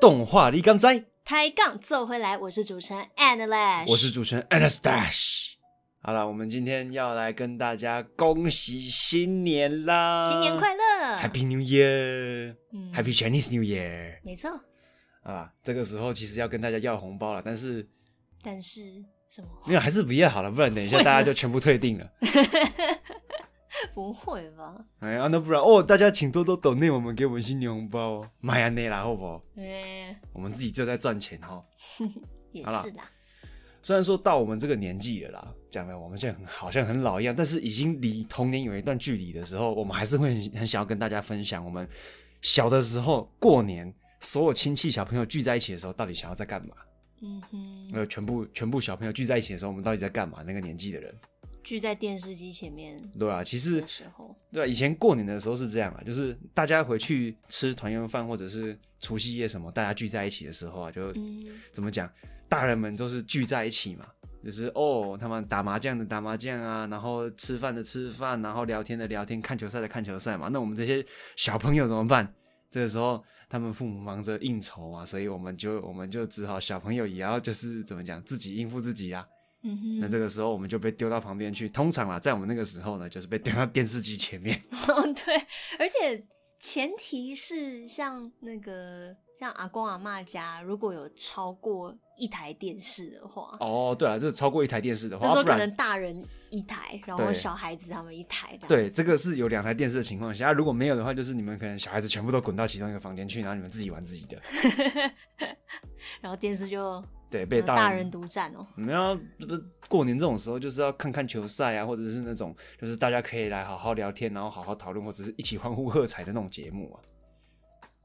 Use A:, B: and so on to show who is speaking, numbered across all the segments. A: 动画你敢知？
B: 抬杠揍回来，我是主持人 Anne Lash，
A: 我是主持人 Anastash。好了，我们今天要来跟大家恭喜新年啦！
B: 新年快乐
A: 呃
B: 嗯
A: ，Happy New Year，Happy、Chinese New Year
B: 没错，
A: 啊！这个时候其实要跟大家要红包了，但是
B: 但是什么？
A: 没有，还是不要好了，不然等一下
B: 为什
A: 大
B: 么
A: 家就全部退订 了。
B: 不会吧？
A: 哎呀，那不然哦，大家请多多抖内我们，给我们新年红包哦，买呀内啦，好不好？
B: 哎，
A: 我们自己就在赚钱哈、哦。
B: 也
A: 好啦
B: 是啦，
A: 虽然说到我们这个年纪了啦，讲的我们现在很好像很老一样，但是已经离童年有一段距离的时候，我们还是会很很想要跟大家分享我们小的时候过年，所有亲戚小朋友聚在一起的时候，到底想要在干嘛？
B: 嗯哼，
A: 还有全部全部小朋友聚在一起的时候，我们到底在干嘛？那个年纪的人，
B: 聚在电视机前面
A: 对啊，其实
B: 的时候，
A: 对啊，以前过年的时候是这样啊，就是大家回去吃团圆饭或者是除夕夜什么，大家聚在一起的时候啊，就
B: 嗯，
A: 怎么讲，大人们都是聚在一起嘛，就是哦，他们打麻将的打麻将啊，然后吃饭的吃饭，然后聊天的聊天，看球赛的看球赛嘛。那我们这些小朋友怎么办？这个时候他们父母忙着应酬嘛，所以我们就我们就只好小朋友也要就是怎么讲，自己应付自己啊。
B: 嗯哼，
A: 那这个时候我们就被丢到旁边去。通常啦，在我们那个时候呢，就是被丢到电视机前面。
B: 哦， 对，而且前提是像那个像阿公阿嬷家，如果有超过一台电视的 话，
A: 哦，对啊，这超过一台电视的话，
B: 那时候
A: 不
B: 可
A: 然
B: 能大人一台，然后
A: 对
B: 小孩子他们一台，这样，
A: 对，这个是有两台电视的情况下，啊如果没有的话，就是你们可能小孩子全部都滚到其中一个房间去，然后你们自己玩自己的，
B: 然后电视就
A: 对，被
B: 呃
A: 大
B: 人独占哦。
A: 我们要这不过年这种时候就是要看看球赛啊，或者是那种就是大家可以来好好聊天，然后好好讨论，或者是一起欢呼喝彩的那种节目啊。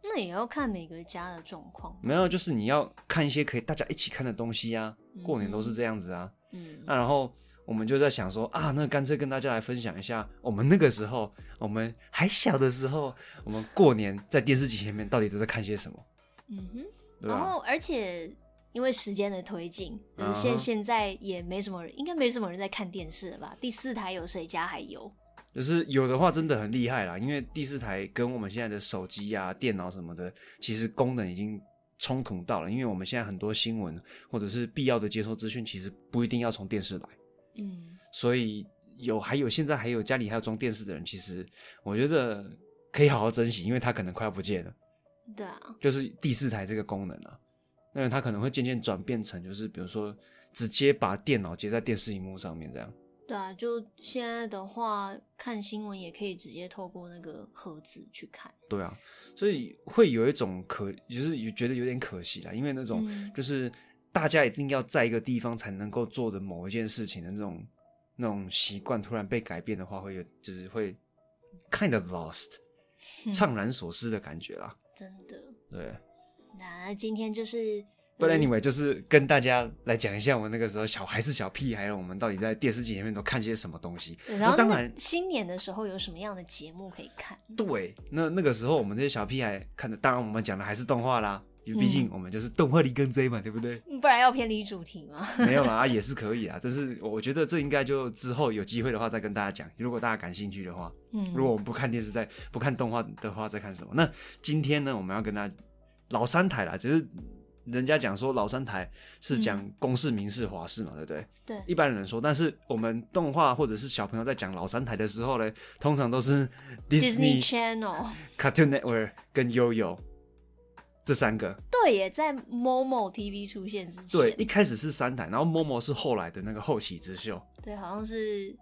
B: 那也要看每个家的状况，
A: 没有，就是你要看一些可以大家一起看的东西啊。过年都是这样子啊。
B: 嗯，
A: 那然后我们就在想说啊，那干脆跟大家来分享一下，我们那个时候，我们还小的时候，我们过年在电视机前面到底都在看些什么，
B: 嗯哼。
A: 对啊吧、
B: 然后，而且因为时间的推进，就是
A: 嗯
B: 现
A: 哼
B: 现在也没什么人，应该没什么人在看电视了吧？第四台有谁家还有？
A: 就是有的话真的很厉害啦，因为第四台跟我们现在的手机啊、电脑什么的，其实功能已经冲突到了。因为我们现在很多新闻或者是必要的接收资讯，其实不一定要从电视来，
B: 嗯，
A: 所以有还有现在还有家里还有装电视的人，其实我觉得可以好好珍惜，因为它可能快要不见了，
B: 对啊，
A: 就是第四台这个功能啊，那它可能会渐渐转变成就是比如说直接把电脑接在电视荧幕上面这样。
B: 对啊，就现在的话，看新闻也可以直接透过那个盒子去看。
A: 对啊，所以会有一种可，就是有觉得有点可惜啦，因为那种
B: 嗯
A: 就是大家一定要在一个地方才能够做的某一件事情的那种那种习惯，突然被改变的话，会有就是会 kind of lost，怅然所失的感觉啦。
B: 真的。
A: 对，
B: 那今天就是，
A: 不然
B: 呃
A: anyway 就是跟大家来讲一下我们那个时候小还是小屁孩，我们到底在电视机前面都看些什么东西。
B: 对然后
A: 当
B: 那
A: 然
B: 新年的时候有什么样的节目可以看？
A: 对，那那个时候我们这些小屁孩看的，当然我们讲的还是动画啦，因
B: 嗯
A: 为毕竟我们就是动画里跟 Z 嘛，对不对？
B: 不然要偏离主题吗？
A: 没有啦，啊也是可以啊。但是我觉得这应该就之后有机会的话再跟大家讲。如果大家感兴趣的话，
B: 嗯，
A: 如果我们不看电视在不看动画的话，在看什么？那今天呢，我们要跟大家老三台啦，就是人家讲说老三台
B: 嗯
A: 是讲公式、明式、华式嘛，对不对？
B: 对
A: 一般人说，但是我们动画或者是小朋友在讲老三台的时候呢，通常都是
B: Disney
A: Disney、
B: Channel，
A: Cartoon Network 跟悠悠这三个。
B: 对耶，在 Momo TV 出现之前，
A: 对，一开始是三台，然后 Momo 是后来的那个后起之秀。
B: 对，好像是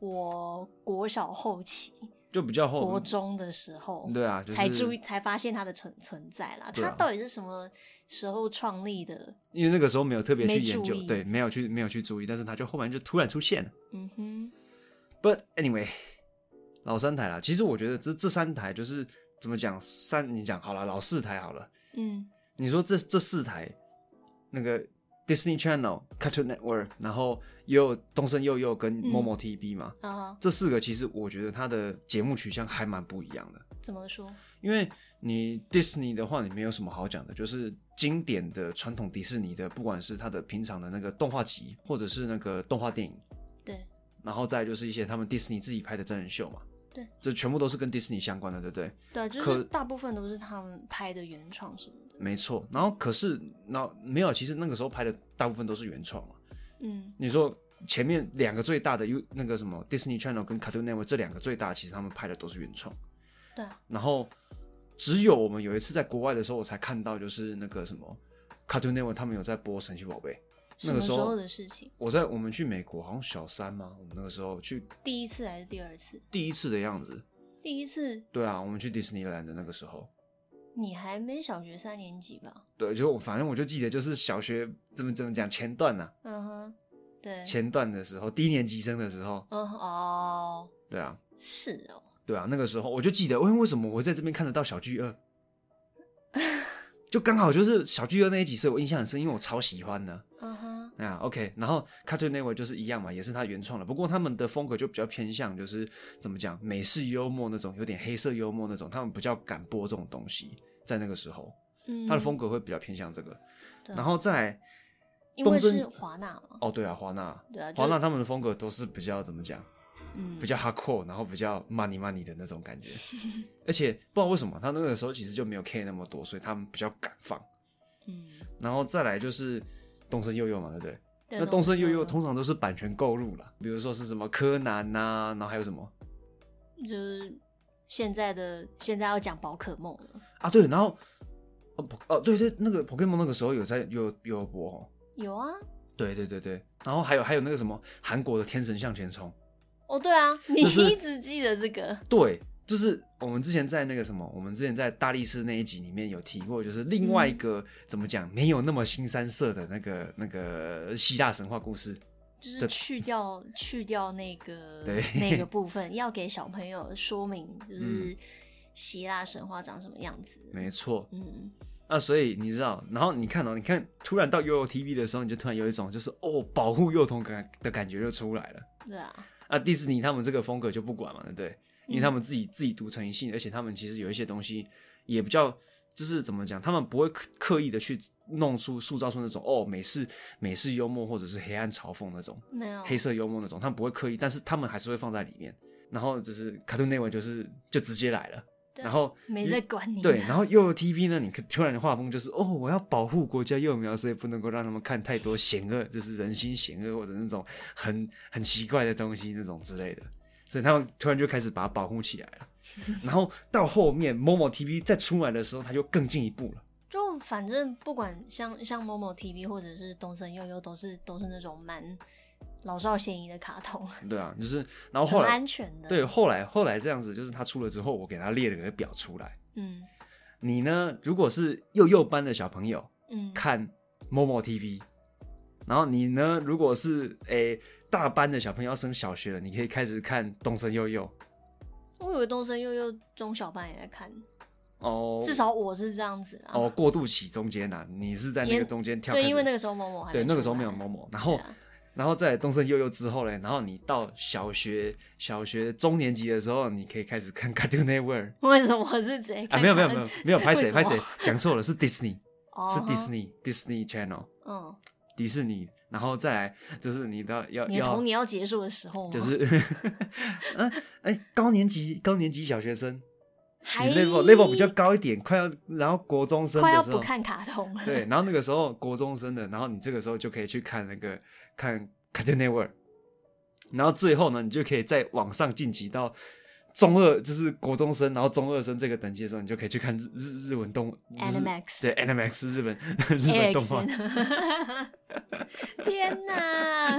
B: 我国小后期、
A: 就比较后
B: 国中的时候，
A: 哦嗯对啊，就是
B: 才注意、才发现它的存存在啦。
A: 对啊
B: 它到底是什么时候创立的？
A: 因为那个时候没有特别去
B: 没
A: 研
B: 注
A: 究，
B: 意
A: 对，没有去没有去注意，但是他就后面就突然出现了。
B: 嗯哼，
A: But anyway，老三台啦，其实我觉得这这三台就是怎么讲三，你讲好了，老四台好了，
B: 嗯
A: 你说这这四台那个 Disney Channel、Cartoon Network，然后也有东森幼幼跟
B: 嗯
A: Momo TV 嘛，
B: 啊，
A: 这四个其实我觉得它的节目取向还蛮不一样的。
B: 怎么说？
A: 因为你 Disney 的话，你没有什么好讲的，就是经典的传统迪士尼的，不管是它的平常的那个动画集，或者是那个动画电影，
B: 对，
A: 然后再来就是一些他们迪士尼自己拍的真人秀嘛。
B: 对，
A: 这全部都是跟迪士尼相关的，对不对？
B: 对啊，就
A: 可
B: 是大部分都是他们拍的原创什么的。
A: 没错。然后可是那没有，其实那个时候拍的大部分都是原创嘛。
B: 嗯，
A: 你说前面两个最大的 U 那个什么 Disney Channel 跟 Cartoon Network 这两个最大，其实他们拍的都是原创。
B: 对啊，
A: 然后只有我们有一次在国外的时候，我才看到就是那个什么 Cartoon Network 他们有在播神奇宝贝。那个
B: 什么
A: 时
B: 时
A: 候
B: 候的事情？
A: 我在我们去美国，好像小三吗？我们那个时候去
B: 第一次还是第二次？
A: 第一次的样子。
B: 第一次
A: 对啊，我们去迪士尼兰的那个时候，
B: 你还没小学三年级吧？
A: 对，就我反正我就记得就是小学怎么怎么讲前段呐、
B: 嗯哼，对，
A: 前段的时候，低年级生的时候，
B: 嗯哼哦，
A: 对啊，
B: 是哦，
A: 对啊，那个时候我就记得，为为什么我会在这边看得到小巨鳄？就刚好就是小巨鳄那一集，所以我印象很深，因为我超喜欢的。
B: 嗯哼，
A: 啊，OK，然后 Cartoon Network 就是一样嘛，也是他原创的，不过他们的风格就比较偏向就是怎么讲美式幽默那种，有点黑色幽默那种，他们比较敢播这种东西，在那个时候，
B: 嗯，
A: 他的风格会比较偏向这个。
B: 对啊
A: 然后再来
B: 因为
A: 东森
B: 是华纳嘛，
A: 哦，对啊，华纳，
B: 对啊，就
A: 华纳他们的风格都是比较怎么讲，
B: 嗯
A: 比较 hardcore，然后比较 money money 的那种 感觉，而且不知道为什么他那个时候其实就没有 K 那么多，所以他们比较敢放。
B: 嗯，
A: 然后再来就是东森幼幼嘛，对不对？
B: 对嗯
A: 那东森幼幼
B: 通
A: 通常都是版权购入啦，比如说是什么柯南呐、然后还有什么
B: 就是现在的现在要讲宝可梦了，
A: 啊？对，然后哦不哦对对，那个 Pokemon 那个时候有在有有播哦，
B: 有啊，
A: 对对对对，然后还有还有那个什么韩国的天神向前冲，
B: 哦对啊，你
A: 是
B: 一直记得这个，
A: 对，就是我们之前在那个什么，我们之前在大力士那一集里面有提过，就是另外一个、怎么讲没有那么新三色的那个那个希腊神话故事，
B: 就是去掉去掉那个
A: 对
B: 那个部分，要给小朋友说明就是希腊神话长什么样子。
A: 嗯没错，
B: 嗯，
A: 啊，所以你知道，然后你看哦，你看，突然到幼幼 TV 的时候，你就突然有一种就是哦，保护幼童感的感觉就出来了。
B: 对啊，
A: 啊，迪士尼他们这个风格就不管嘛，对不对？因为他
B: 嗯
A: 们自己自己独成一性，而且他们其实有一些东西也比较，就是怎么讲，他们不会刻刻意的去弄出塑造出那种哦美式美式幽默或者是黑暗嘲讽那种
B: 没有
A: 黑色幽默那种，他们不会刻意，但是他们还是会放在里面。然后就是卡通内文就是就直接来了，
B: 对
A: 然后
B: 没在管你。
A: 对，然后又有 TV 呢，你可突然的画风就是哦，我要保护国家幼苗，所以不能够让他们看太多险恶，就是人心险恶或者那种很很奇怪的东西那种之类的，所以他们突然就开始把它保护起来 了。然后到后面某某 TV 再出来的时候，它就更进一步了。
B: 就反正不管像像某某 TV 或者是东森幼幼，都是都是那种蛮老少咸宜的卡通，
A: 对啊，就是然后
B: 很
A: 后来
B: 安全的。
A: 对，后来后来这样子，就是它出了之后，我给它列了个表出来。
B: 嗯
A: 你呢，如果是幼幼班的小朋友，
B: 嗯，
A: 看某某 TV，然后你呢，如果是诶、大班的小朋友要升小学了，你可以开始看东森幼幼
B: 我以为东森幼幼中小班也在看，
A: 哦，
B: 至少我是这样子啊。
A: 哦过渡期中间呐、你是在那个
B: 也
A: 中间跳开
B: 对，
A: 始，
B: 因为那个时候某某还
A: 对那个时候
B: 出来
A: 没有某某，然
B: 对
A: 后、
B: 啊
A: 然后在东森幼幼之后嘞，然后你到小学小学中年级的时候，你可以开始看 Cartoon Network
B: 为什么是直接
A: 啊，
B: 看
A: 没有没有
B: 他
A: 没
B: 们
A: 有没有拍谁 拍
B: 为什么
A: 谁，讲错了是 Disney
B: 哦
A: 是
B: 哈
A: Disney Disney Channel
B: 嗯，
A: 迪士尼，然后再来就是你到要
B: 你的
A: 呃要
B: 童年要结束的时候吗，
A: 就是，嗯、哎、高年级高年级小学生，
B: 还
A: 你 level level 比较高一点，快要然后国中生
B: 快
A: 的
B: 要
A: 时候
B: 不，看卡通了。
A: 对，然后那个时候国中生的，然后你这个时候就可以去看那个看 Cartoon Network，然后最后呢，你就可以再往上晋级到中二，就是国中生，然后中二生这个等级的时候，你就可以去看日日日文动就是
B: Animax
A: 对 Animax 日本 日本动画，
B: AXN 天 哪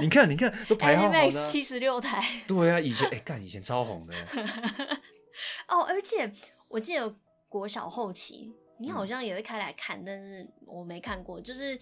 A: 你看你看都排好好的
B: ！Animax
A: 啊，
B: 七十六台
A: 对啊，以前哎干、以前超红的，
B: 哦，而且我记得国小后期，你好像也会开来看，但是我没看过，就是。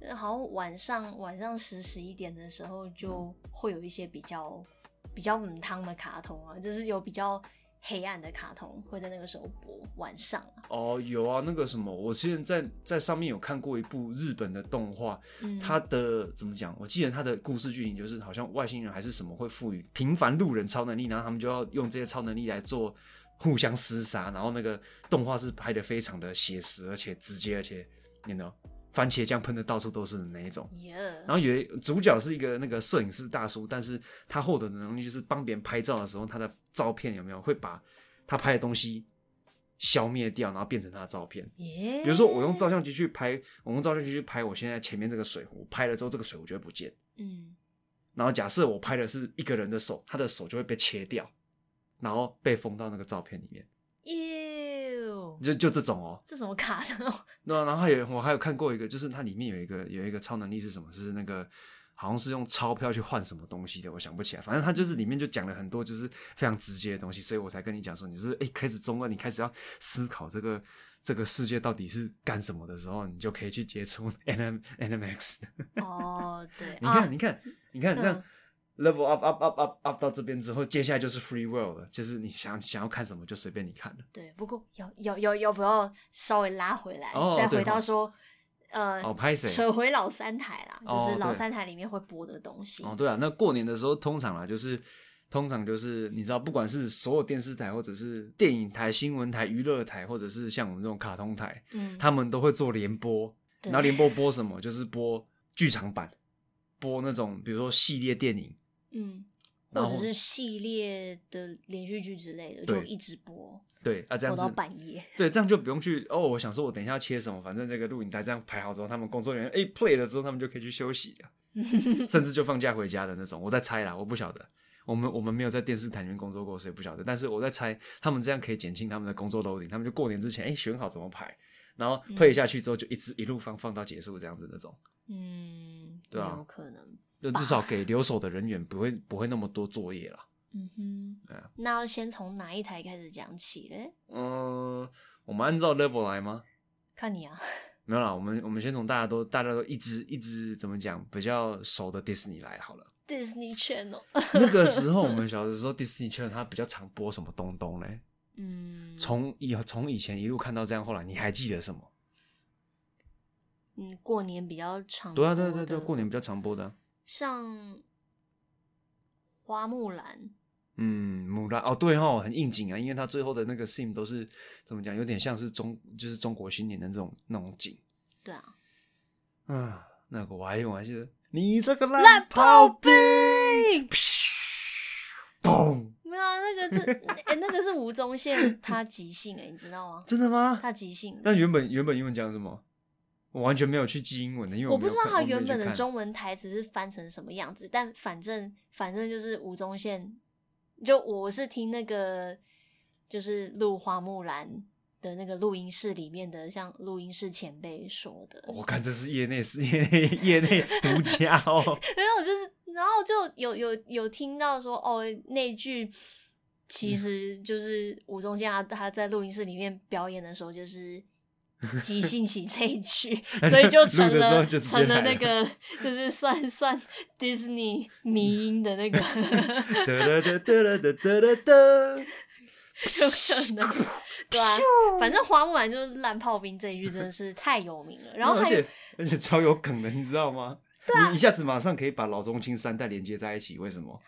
B: 呃好像晚上晚上十十一点的时候，就会有一些比较比较母汤的卡通啊，就是有比较黑暗的卡通会在那个时候播晚上啊。
A: 哦，有啊，那个什么，我之前在在上面有看过一部日本的动画，
B: 嗯，
A: 它的怎么讲？我记得它的故事剧情就是，好像外星人还是什么会赋予平凡路人超能力，然后他们就要用这些超能力来做互相厮杀。然后那个动画是拍的非常的写实，而且直接，而且你 you know 番茄酱喷的到处都是的那一种。
B: 耶、
A: 然后有一主角是一个那个摄影师大叔，但是他获得的能力就是帮别人拍照的时候，他的照片有没有会把他拍的东西消灭掉，然后变成他的照片。
B: 耶
A: 比如说，我用照相机去拍，我用照相机去拍我现在前面这个水壶，拍了之后这个水壶就会不见。
B: 嗯，
A: 然后假设我拍的是一个人的手，他的手就会被切掉，然后被封到那个照片里面，
B: 哟，
A: 就就这种哦。
B: 这什么卡的哦？
A: 对啊，然后还有我还有看过一个，就是它里面有一个有一个超能力是什么？是那个好像是用钞票去换什么东西的，我想不起来。反正它就是里面就讲了很多就是非常直接的东西，所以我才跟你讲说，你就是哎开始中二，你开始要思考这个这个世界到底是干什么的时候，你就可以去接触 NM NMX。
B: 哦，对
A: 你看，
B: 啊，
A: 你看，你看，这样 level up up up up up 到这边之后，接下来就是 free will 了，就是你想想要看什么就随便你看了。
B: 对，不过要要要要不要稍微拉回来，
A: 哦
B: 再
A: 对
B: 回到
A: 哦
B: 说，呃，
A: 哦，拍谁？
B: 扯回老三台啦，就
A: 哦
B: 是老
A: 对
B: 三台里面会播的东西。
A: 哦，对啊，那过年的时候通常啦，就是通常就是你知道，不管是所有电视台，或者是电影台、新闻台、娱乐台，或者是像我们这种卡通台，
B: 嗯，
A: 他们都会做联播。
B: 对
A: 然后联播播什么？就是播剧场版，播那种比如说系列电影。
B: 嗯，
A: 然后
B: 或者是系列的连续剧之类的，
A: 对
B: 就一直播
A: 对啊，这样
B: 播到
A: 子
B: 半夜。
A: 对，这样就不用去哦。我想说，我等一下要切什么，反正这个录影带这样排好之后，他们工作人员哎 play 了之后，他们就可以去休息了，甚至就放假回家的那种。我在猜啦，我不晓得，我们我们没有在电视台里面工作过，所以不晓得。但是我在猜，他们这样可以减轻他们的工作 loading，他们就过年之前哎选好怎么排，然后 play 下去之后就一直一路放放到结束这样子那种。
B: 嗯，
A: 对啊
B: 有可能。
A: 就至少给留守的人员不会不会那么多作业啦。
B: 嗯哼，
A: 对啊
B: 那要先从哪一台开始讲起嘞？
A: 嗯，我们按照 level 来吗？
B: 看你啊，
A: 没有啦，我们我们先从大家都大家都一直一直怎么讲比较熟的 Disney 来好了。
B: Disney Channel。
A: 那个时候我们小的时候，Disney 圈它比较常播什么东东嘞？
B: 嗯，
A: 从以从以前一路看到这样，后来你还记得什么？
B: 嗯过年比较常
A: 对啊，对啊
B: 播
A: 对啊对啊，
B: 的
A: 过年比较常播的啊。
B: 像花木兰，
A: 嗯，木兰哦，对哦，很应景啊，因为它最后的那个 sim 都是怎么讲，有点像是中就是中国新年的那种那种景
B: 对啊，
A: 啊。那个我还我还记得，你这个烂炮兵，砰！
B: 没有啊，那个是哎、那个是吴宗宪他即兴哎、你知道吗？
A: 真的吗？
B: 他即兴，
A: 那原本原本英文讲什么？我完全没有去记英文的，因为
B: 我
A: 没
B: 不
A: 有
B: 知道
A: 看
B: 他
A: 我没有
B: 原
A: 去
B: 本的
A: 看
B: 中文台词是翻成什么样子，但反正反正就是吴宗宪，就我是听那个就是录花木兰的那个录音室里面的，像录音室前辈说的，
A: 我看这是业内是业内业内独家哦。，
B: 没有，就是然后就有有有听到说哦，那句其实就是吴宗宪他他在录音室里面表演的时候，就是即兴起这一句 所以就成
A: 录的时候
B: 了
A: 就直接
B: 成了
A: 来了
B: 那个就是算算 Disney 迷音的 那个
A: 得得得得得得得得，
B: 有可能，对啊，反正花木兰就是烂炮兵这一句真的是太有名了，然后
A: 而
B: 还有
A: 且而且超有梗的，你知道吗？对啊，你一下子马上可以把老中青三代连接在一起，为什么？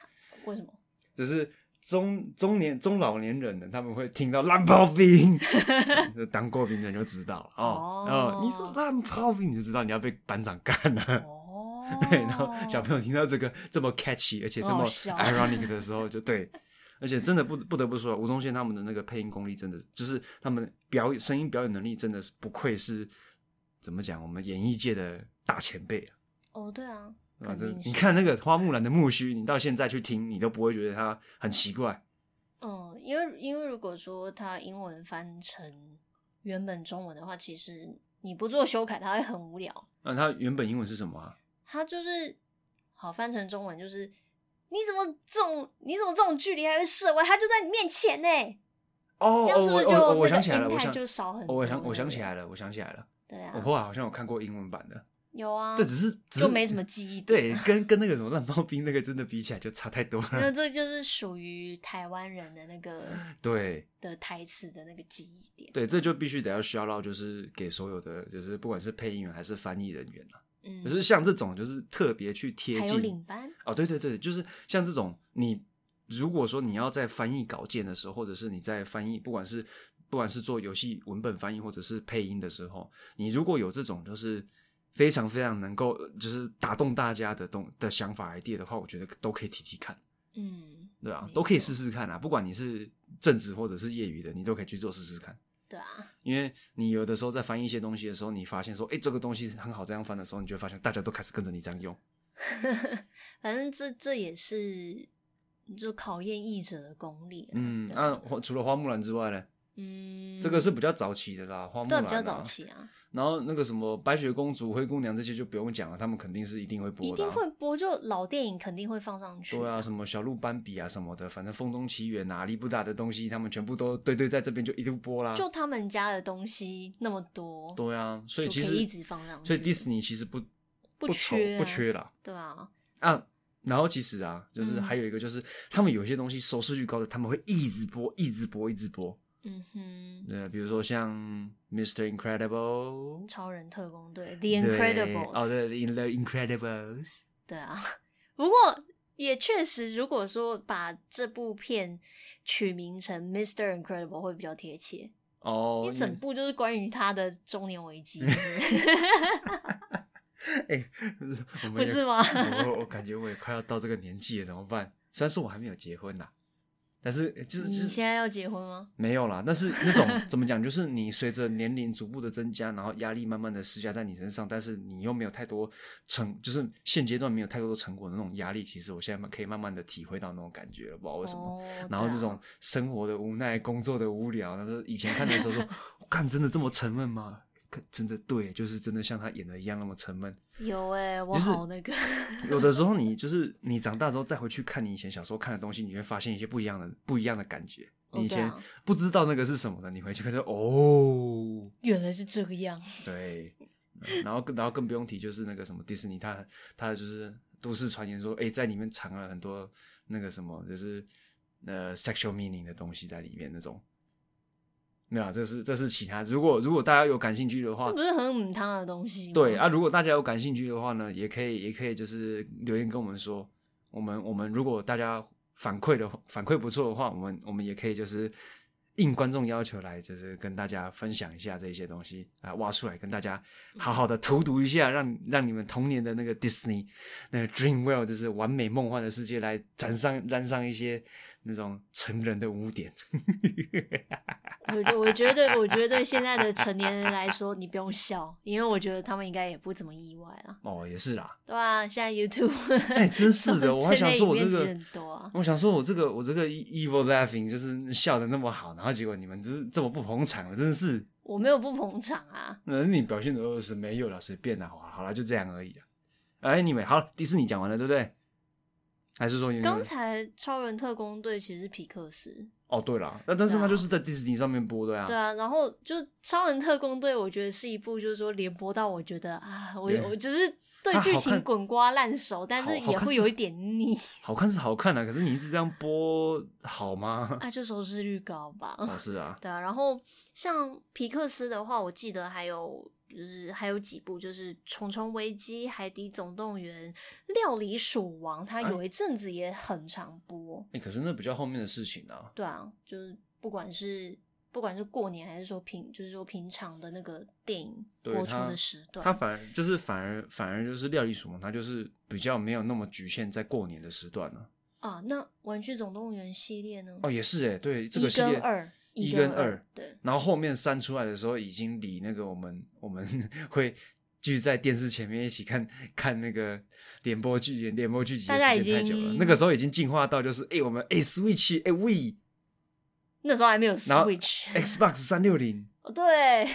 B: 为什么？
A: 就是中中年中老年人呢，他们会听到烂炮兵， 就当过兵的人就知道了哦。
B: 哦
A: 哦，你是烂炮兵，你就知道你要被班长干了、
B: 哦
A: 对，然后小朋友听到这个 这么 catchy，而且这
B: 很
A: 么
B: 好笑
A: ironic 的时 候，就对，而且真的不不得不说，吴宗宪他们的那个配音功力真的，就是他们表演声音表演能力真的是不愧是怎么讲，我们演艺界的大前辈啊。
B: 哦，对啊，
A: 啊，
B: 肯
A: 真的
B: 定是
A: 你看那个花木兰的木须，你到现在去听，你都不会觉得它很奇怪。
B: 嗯，因为因为如果说它英文翻成原本中文的话，其实你不做修改，它会很无聊。
A: 那、它原本英文是什么啊？
B: 它就是好翻成中文就是你怎么这种你怎么这种距离还会射歪？它就在你面前呢、
A: 哦，
B: 这
A: 哦
B: 样是不
A: 我
B: 是就
A: 我我
B: 那
A: 想
B: 个
A: 起来了，我
B: impact
A: 想
B: 就少很
A: 哦我想
B: 多
A: 我
B: 了
A: 想起来了，我想起来了，
B: 对
A: 我
B: 啊，
A: 后来好像有看过英文版的，
B: 有啊，
A: 对，只是只
B: 就是没什 么记忆点
A: 对
B: 啊。，
A: 跟跟那个什么烂炮兵那个真的比起来就差太多
B: 那
A: 了。
B: 这就是属于台湾人的那个
A: 对
B: 的台词的那个记忆点。
A: 对，这就必须得要需要到，就是给所有的，就是不管是配音员还是翻译人员啊，
B: 嗯，
A: 就是像这种就是特别去贴
B: 还有领
A: 近
B: 班，
A: 哦，对对对，就是像这种你如果说你要在翻译稿件的时候，或者是你在翻译，不管是不管是做游戏文本翻译或者是配音的时候，你如果有这种就是。非常非常能够呃就是打动大家的动的想法 idea 的话，我觉得都可以提提看。
B: 嗯，
A: 对吧、
B: 没错
A: 都可以试试看啊，不管你是正职或者是业余的，你都可以去做试试看。
B: 对啊，
A: 因为你有的时候在翻译一些东西的时候，你发现说，哎，这个东西很好这样翻的时候，你就会发现大家都开始跟着你这样用。
B: 反正这这也是就考验译者的功力啊。
A: 嗯，
B: 对
A: 那、花除了花木兰之外呢，
B: 嗯，
A: 这个是比较早期的啦，花木
B: 对
A: 兰、啊、
B: 比较早期啊，
A: 然后那个什么白雪公主、灰姑娘这些就不用讲了，他们肯定是一定会播的、啊，
B: 一定会播，就老电影肯定会放上去。
A: 对啊，，什么小鹿斑比啊什么的，反正《风中奇缘》啊、利布达的东西，他们全部都对对在这边就一路播啦。
B: 就他们家的东西那么多，
A: 对啊，所以
B: 就
A: 其
B: 可
A: 实
B: 以一直放上去
A: 所以迪士尼其实不
B: 不
A: 愁
B: 缺啊
A: 不缺啦
B: 对啊，
A: 啊。然后其实啊，就是
B: 嗯
A: 还有一个就是，他们有些东西收视率高的，他们会一直播、一直播、一直播。
B: 嗯哼，
A: 对，比如说像《Mr. Incredible》
B: 超人特工队，The
A: 对
B: Incredibles，
A: 哦，对，《In The Incredibles》。
B: 对啊， 不过也确实，如果说把这部片取名成 Mr. Incredible 会比较贴切，
A: 哦，
B: 因 为整部就是关于他的中年危机，
A: 哎，我们
B: 不
A: 也
B: 是吗？
A: 我我我感觉我也快要到这个年纪了，怎么办？虽然说我还没有结婚呐、但是呃就是
B: 你
A: 就是
B: 现在要结婚吗？
A: 没有啦。但是那种怎么讲，就是你随着年龄逐步的增加，然后压力慢慢的施加在你身上，但是你又没有太多成，就是现阶段没有太多的成果的那种压力，其实我现在可以慢慢的体会到那种感觉了，不知道为什么。
B: 哦
A: 然后
B: 对
A: 这
B: 啊
A: 种生活的无奈、工作的无聊，那是以前看的时候说， 看真的这么沉闷吗？看真的对，就是真的像他演的一样那么沉闷。
B: 有哎、我
A: 就是
B: 好那个，
A: 有的时候你就是你长大之后再回去看你以前小时候看的东西，你会发现一些不一样的不一样的感觉。
B: 哦
A: 你以前
B: 对啊
A: 不知道那个是什么的，你回去看说哦，
B: 原来是这个样。
A: 对，嗯然后更然后更不用提就是那个什么迪士尼，它它就是都市传言说，哎、在里面藏了很多那个什么就是呃 sexual meaning 的东西在里面那种。没有啊，这是这是其他。如果如果大家有感兴趣的话
B: 那，不是很母汤的东西吗？
A: 啊对啊，如果大家有感兴趣的话呢，也可以也可以就是留言跟我们说，我们我们如果大家反馈的话反馈不错的话，我们我们也可以就是应观众要求来，就是跟大家分享一下这些东西啊，挖出来跟大家好好
B: 嗯
A: 的荼毒一下，让让你们童年的那个 Disney 那个 Dreamworld 就是完美梦幻的世界来沾上染上一些那种成人的污点。
B: 我觉我觉得，我觉得对现在的成年人来说，你不用笑，因为我觉得他们应该也不怎么意外啊，
A: 哦，也是啦，
B: 对啊，现在 YouTube，
A: 哎、 真是的，我还想说我这
B: 这
A: 个
B: 类影片其实很多啊，
A: 我想说，我这个我这个 evil laughing 就是笑的那么好，然后结果你们就是这么不捧场了，真的是，
B: 我没有不捧场啊，
A: 那、你表现的二是没有了，随便啦，好啦好了，就这样而已啦。哎，你们好了，迪士尼讲完了，对不对？还是说有
B: 刚才超人特工队其实是皮克斯，
A: 哦，对了，那但是它就是在迪士尼上面播的呀、
B: 啊对啊，然后就超人特工队，我觉得是一部就是说连播到我觉得啊，我
A: 对
B: 我就是对
A: 它好
B: 剧
A: 看
B: 情滚瓜烂熟，但是
A: 好好
B: 也
A: 看
B: 会
A: 是
B: 有一点腻
A: 好看是好看啊，可是你一直这样播好吗？
B: 啊，就收视率高吧，
A: 哦，是啊，
B: 对啊，然后像皮克斯的话，我记得还有就是还有几部，就是《虫虫危机》《海底总动员》《料理鼠王》，它有
A: 哎
B: 一阵子也很常播。
A: 哎、可是那比较后面的事情啊。
B: 对啊，就是不管是不管是过年还是说平，就是说平常的那个电影
A: 对
B: 播出
A: 它
B: 的时
A: 它
B: 段，
A: 反而就是反而反而就是料理鼠王，它就是比较没有那么局限在过年的时段了、
B: 啊，那《玩具总动员》系列呢？
A: 哦，也是哎、对这个
B: 一
A: 系
B: 跟
A: 列
B: 二，
A: 一
B: 跟
A: 跟二，
B: 对，
A: 然后后面删出来的时候，已经离那个我们 我们会聚在电视前面一起看 看那个联播剧联联播剧集的
B: 大家已
A: 时间太久了
B: 经。
A: 那个时候已经进化到就是，哎、我们哎、Switch 哎、We
B: 那时候还没有
A: 然后哎
B: Switch，
A: Xbox 三六零，
B: 哦对，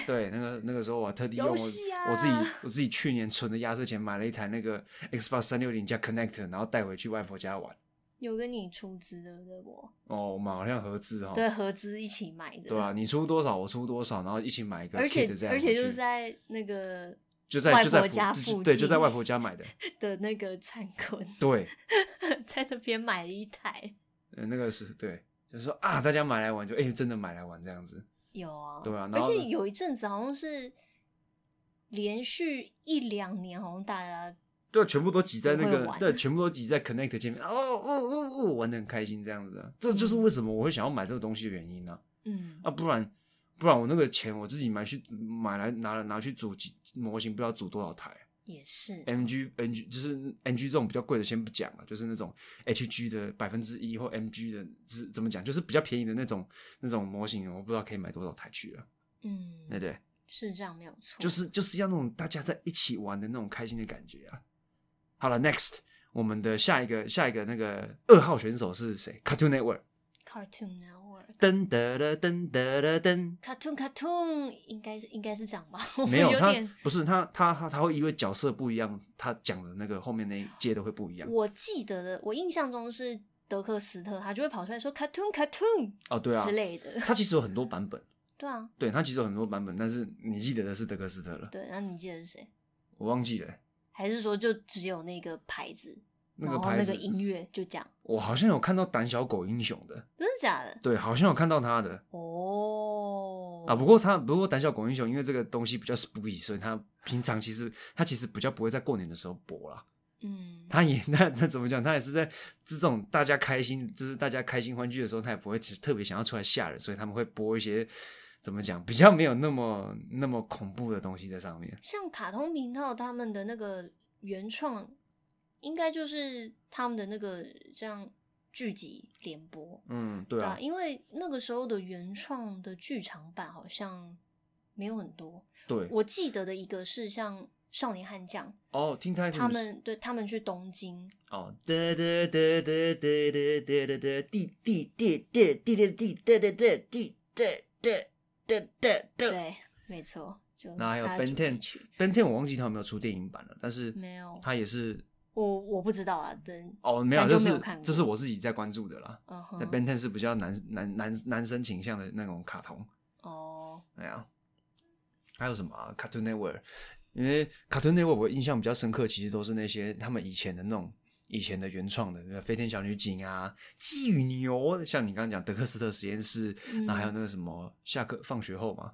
A: 对，那个那个时候我还特地用我、
B: 游戏啊
A: 我自己我自己去年存的压岁钱买了一台那个 Xbox 三六零加 Connect，然后带回去外婆家玩。
B: 有跟你出资对不对？我
A: 哦，我们好像合资哈，
B: 对合资一起买的，
A: 对吧、你出多少，我出多少，然后一起买一个
B: 而且
A: kit 这样
B: 而且就
A: 回
B: 是
A: 去
B: 在那个
A: 就在
B: 外
A: 就在
B: 婆
A: 普
B: 家
A: 就
B: 附
A: 对，就在
B: 近
A: 外婆家买的，
B: 的那个灿坤，
A: 对。
B: 在那边买了一台。
A: 呃，那个是对，就是说啊，大家买来玩就哎、真的买来玩这样子。
B: 有啊，
A: 对啊然
B: 而
A: 后
B: 且
A: 呢
B: 有一阵子好像是连续一两年，好像大家
A: 对，全部都挤在那
B: 会
A: 个
B: 玩
A: 对，全部都挤在 Connect 前面，哦哦哦哦，玩的很开心这样子啊，这就是为什么我会想要买这个东西的原因呢、
B: 嗯
A: 啊。不然不然我那个钱我自己买去买来拿来拿去组机模型，不知道组多少台。
B: 也是
A: MG NG 就是 NG 这种比较贵的先不讲了，就是那种 HG 的百分之一或 MG 的，是怎么讲，就是比较便宜的那种那种模型，我不知道可以买多少台去了，对
B: 嗯，
A: 不对？
B: 是这样没有错，
A: 就是就是要那种大家在一起玩的那种开心的感觉啊。好了，Next，我们的下一个下一个那个二号选手是谁？Cartoon Network，
B: Cartoon Network。
A: 噔噔噔噔噔噔
B: Cartoon Cartoon 应该是应该是这样吧？我
A: 没有他
B: 点，
A: 不是他他他他会因为角色不一样，他讲的那个后面那一届都会不一样。
B: 我记得的，我印象中是德克斯特，他就会跑出来说 Cartoon Cartoon
A: 哦，对啊
B: 之，类的。
A: 他其实有很多版本，
B: 对啊，
A: 对他其实有很多版本，但是你记得的是德克斯特了，
B: 对，然后你记得是谁？
A: 我忘记了
B: 还是说就只有那个牌子，
A: 那
B: 然
A: 个
B: 后
A: 牌
B: 那
A: 子
B: 个。音乐就这样？
A: 我好像有看到胆小狗英雄的，
B: 真的假的？
A: 对，好像有看到他的，
B: 哦，
A: 啊，不过他不过胆小狗英雄，因为这个东西比较 spooky，所以他平常其实他其实比较不会在过年的时候播啦。
B: 嗯，
A: 他也那那怎么讲？他也是在这种大家开心，就是大家开心欢聚的时候，他也不会特别想要出来吓人，所以他们会播一些怎么讲比较没有那么那么恐怖的东西在上面。
B: 像卡通频道他们的那个原创，应该就是他们的那个这样剧集联播，
A: 嗯，对啊，
B: 因为那个时候的原创的剧场版好像没有很多。
A: 对，
B: 啊我记得的一个是像《少年悍将》，
A: 哦，听他
B: 他们对他们去东京，
A: 哦，得得得得得得得得得滴滴滴滴滴滴滴得得得滴得得得得得。
B: 对，没错，就
A: 然后还有
B: 大
A: Ben
B: 家主题
A: Ten
B: 曲
A: Ben Ten，我忘记他有没有出电影版了，但是
B: 没有
A: 他也是
B: 我我不知道啊，等
A: 哦，没有，
B: 但
A: 这
B: 就没有
A: 是
B: 看过
A: 这是我自己在关注的啦。
B: 嗯
A: 那
B: 哼
A: Ben Ten 是比较男男男男生倾向的那种卡通，
B: 哦，
A: 那样。还有什么、啊、Cartoon Network？因为 Cartoon Network 我印象比较深刻，其实都是那些他们以前的那种以前的原创的，比如说飞天小女警》啊，《鸡与牛》，像你刚刚讲德克斯特实验室，
B: 嗯
A: 那还有那个什么下课放学后嘛？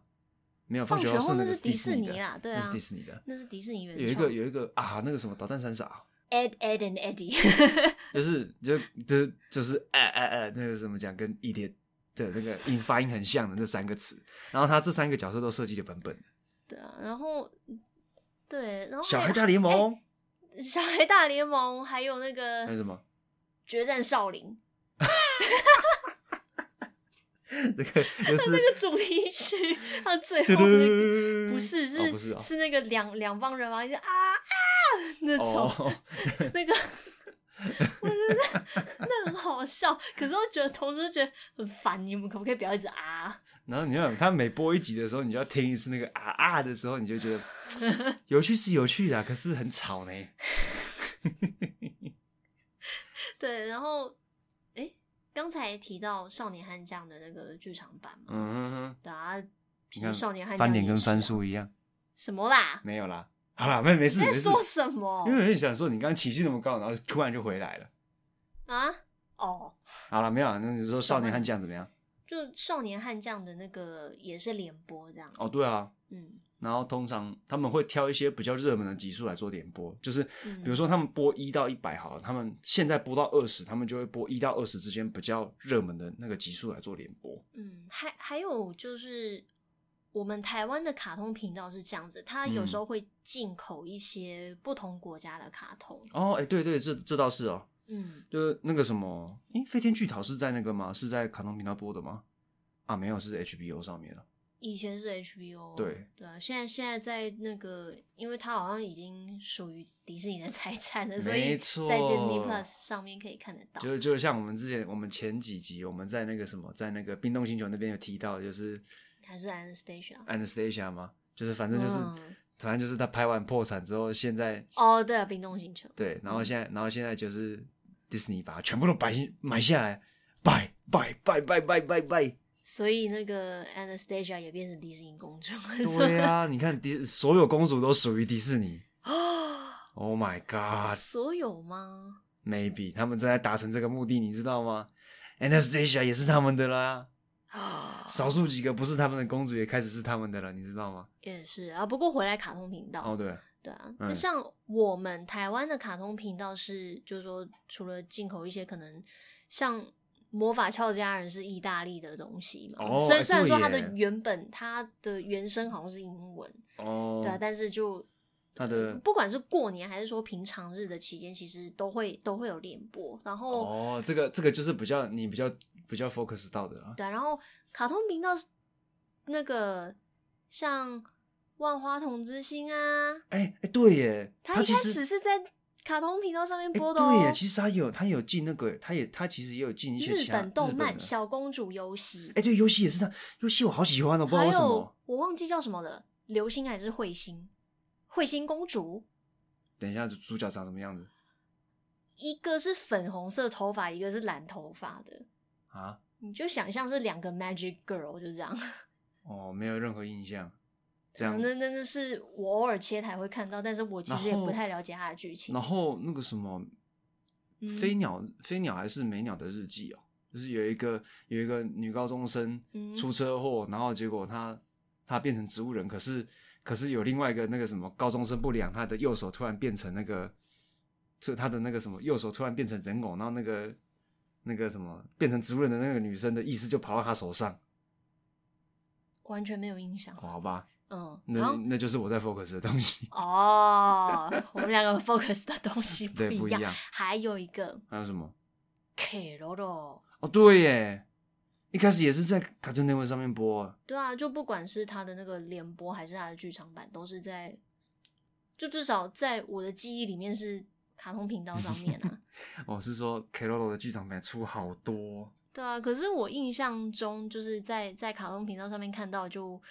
A: 没有，
B: 放
A: 学
B: 学后
A: 是
B: 那
A: 个
B: 是迪士
A: 尼
B: 尼
A: 的
B: 啦对
A: 那
B: 啊
A: 是迪士尼的。
B: 那是迪士尼原
A: 有一
B: 创
A: 个有一个啊，那个什么捣蛋三傻，
B: Ed Ed and Eddie，
A: 就是就就就是哎哎哎，那个怎么讲，跟一点的那个音发音很像的那三个词，然后他这三个角色都设计的本本，
B: 对啊，然后对，然后
A: 小
B: 还
A: 孩
B: 有
A: 大联盟，
B: 小孩大联盟，还有那
A: 还有
B: 个
A: 什么？
B: 决战少林
A: 那个就是
B: 这个主题曲，它最
A: 嘟
B: 后那个
A: 嘟，
B: 不是是、
A: 哦不是哦
B: 是那个两两帮人嘛，一直啊啊那种、
A: 哦，
B: 那个。我觉得那那很好笑，可是我觉得同时觉得很烦。你们可不可以不要一直啊？
A: 然后你看他每播一集的时候，你就要听一次那个啊啊的时候，你就觉 得有趣是有趣的，啊可是很吵呢。
B: 对，然后诶，刚才提到《少年悍将》的那个剧场版嘛，
A: 嗯哼哼，
B: 对啊，
A: 你看
B: 少年悍将
A: 翻脸
B: 也
A: 跟
B: 是
A: 翻
B: 啊
A: 书一样，
B: 什么啦？
A: 没有啦。好啦，没没事
B: 在
A: 没事，
B: 说什么
A: 因为我就想说你刚刚情绪那么高，然后突然就回来了。
B: 啊？哦，
A: 好了，没有啊，那你说少年悍将怎么样？
B: 就《少年悍将》的那个也是联播这样。
A: 哦，对啊，
B: 嗯，
A: 然后通常他们会挑一些比较热门的集数来做点播，就是
B: 嗯
A: 比如说他们播一到一百好了，他们现在播到二十，他们就会播一到二十之间比较热门的那个集数来做联播。
B: 嗯，还还有就是，我们台湾的卡通频道是这样子，它有
A: 嗯
B: 时候会进口一些不同国家的卡通。
A: 哦，哎，对对，这这倒是哦，
B: 嗯，
A: 就是那个什么，诶，飞天巨桃是在那个吗？是在卡通频道播的吗？啊，没有，是 HBO 上面的。
B: 以前是 HBO，
A: 对
B: 对啊，现在现在在那个，因为它好像已经属于迪士尼的财产了，所以
A: 没错
B: 在 Disney Plus 上面可以看得到。
A: 就是就是像我们之前，我们前几集我们在那个什么，在那个冰冻星球那边有提到，就是
B: 还是 Anastasia。
A: 呃 Anastasia 吗？就是反正就是，
B: 嗯
A: 反正就是他拍完破产之后，现在
B: 哦，对啊，冰冻星球。
A: 对，然后现在，然后现在就是迪士尼把它全部都买下买下来，拜拜拜拜拜拜 拜。
B: 所以那个 Anastasia 也变成迪士尼公主了，所以
A: 对啊，你看迪所有公主都属于迪士尼。
B: 啊，
A: Oh my God，maybe
B: 哦所有吗？
A: 他们正在达成这个目的，你知道吗？Anastasia 也是他们的啦，
B: 啊，
A: 少数几个不是他们的公主也开始是他们的了，你知道吗？
B: 也是啊。不过回来卡通频道，
A: 哦，对，
B: 对啊，
A: 嗯
B: 那像我们台湾的卡通频道是，就是说除了进口一些可能像。魔法俏佳人是意大利的东西嘛？
A: 哦
B: 虽
A: 哎
B: 然虽然说
A: 对
B: 它的
A: 耶
B: 原本它的原声好像是英文，啊
A: 哦
B: 对啊，但是就
A: 它的
B: 不管是过年还是说平常日的期间，其实都会都会有联播。然后、
A: 哦，这个这个就是比较你比较比较 focus 到的啊。
B: 对啊，然后卡通频道是那个像《万花筒之星》啊，
A: 哎哎，对耶，
B: 它
A: 它
B: 一
A: 其
B: 开
A: 实
B: 始是在卡通频道上面
A: 哎
B: 播的哦。
A: 对耶，其实它有它有进那个，它也它其实也有进一些
B: 日
A: 其他
B: 本动漫《
A: 的
B: 小公主游戏》
A: 哎，对，游戏也是它，游戏我好喜欢哦，不知道
B: 还
A: 为什
B: 有
A: 么。
B: 我忘记叫什么了，流星还是彗星？彗星公主，
A: 等一下，主角长什么样子
B: 一个是粉红色头发，一个是蓝头发的，
A: 啊？
B: 你就想象是两个 Magic Girl 就这样。
A: 哦，没有任何印象。这样
B: 嗯，那那那是我偶尔切台会看到，但是我其实也
A: 然后
B: 不太了解它的剧情
A: 然。后那个什么，
B: 嗯
A: 飞鸟飞鸟还是美鸟的日记哦，就是有一个有一个女高中生
B: 嗯
A: 出车祸，然后结果她她变成植物人，可是可是有另外一个那个什么高中生不良，她的右手突然变成那个，就她的那个什么右手突然变成人偶，然后那个那个什么变成植物人的那个女生的意识就跑到她手上，
B: 完全没有印象。
A: 哦、好吧，
B: 嗯，然
A: 那
B: 后
A: 那就是我在 focus 的东 西，
B: 哦，我们两个 focus 的东西不
A: 对，
B: 一
A: 不一
B: 样。
A: 样。
B: 还有一个
A: 还有什么？
B: K 罗罗，
A: 哦，对耶，一开始也是在 Cartoon Network 上面播啊。
B: 对啊，就不管是它的那个联播还是它的剧场版，都是在，就至少在我的记忆里面是卡通频道上面 啊。
A: 我、哦是说 k o l o 的剧场版出好多，
B: 对啊，可是我印象中就是在在卡通频道上面看到，就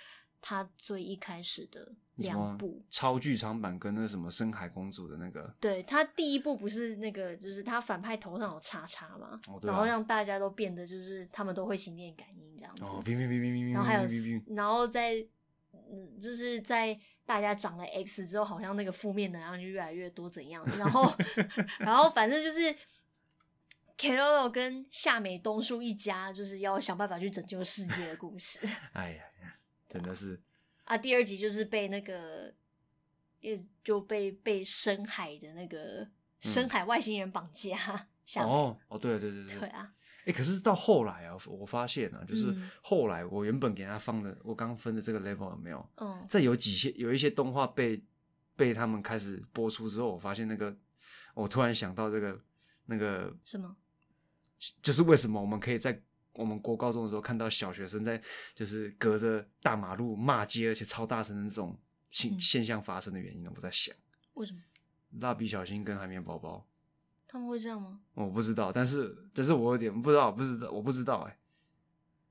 B: 它最一开始的
A: 什么
B: 两部，
A: 超剧场版跟那什么深海公主的那个，
B: 对，它第一部不是那个，就是他反派头上有叉叉嘛，
A: 哦对啊
B: 然后让大家都变得就是他们都会心电感应这样子，
A: 哦，哔哔哔哔哔
B: 然后还有
A: 哔哔哔，，
B: 然后在嗯就是在大家长了 X 之后，好像那个负面能量就越来越多，怎样？然 后，然后反正就是。Keroro 跟夏美东树一家就是要想办法去拯救世界的故事
A: 哎呀，真的是
B: 啊。第二集就是被那个，也就被被深海的那个深海外星人绑架。夏美
A: 哦哦，对对对
B: 对啊，
A: 哎、可是到后来啊，我发现啊，就是
B: 嗯
A: 后来我原本给他放的，我刚分的这个 level 有没有？
B: 嗯，
A: 在有几些有一些动画被被他们开始播出之后，我发现那个，我突然想到这个那个
B: 是吗？
A: 就是为什么我们可以在我们国高中的时候看到小学生在就是隔着大马路骂街，而且超大声的这种现
B: 嗯
A: 现象发生的原因呢？我在想，
B: 为什么
A: 蜡笔小新跟海绵宝宝，
B: 他们会这样吗？
A: 我不知道，但是但是我有点不知道，不知道，我不知道、哎，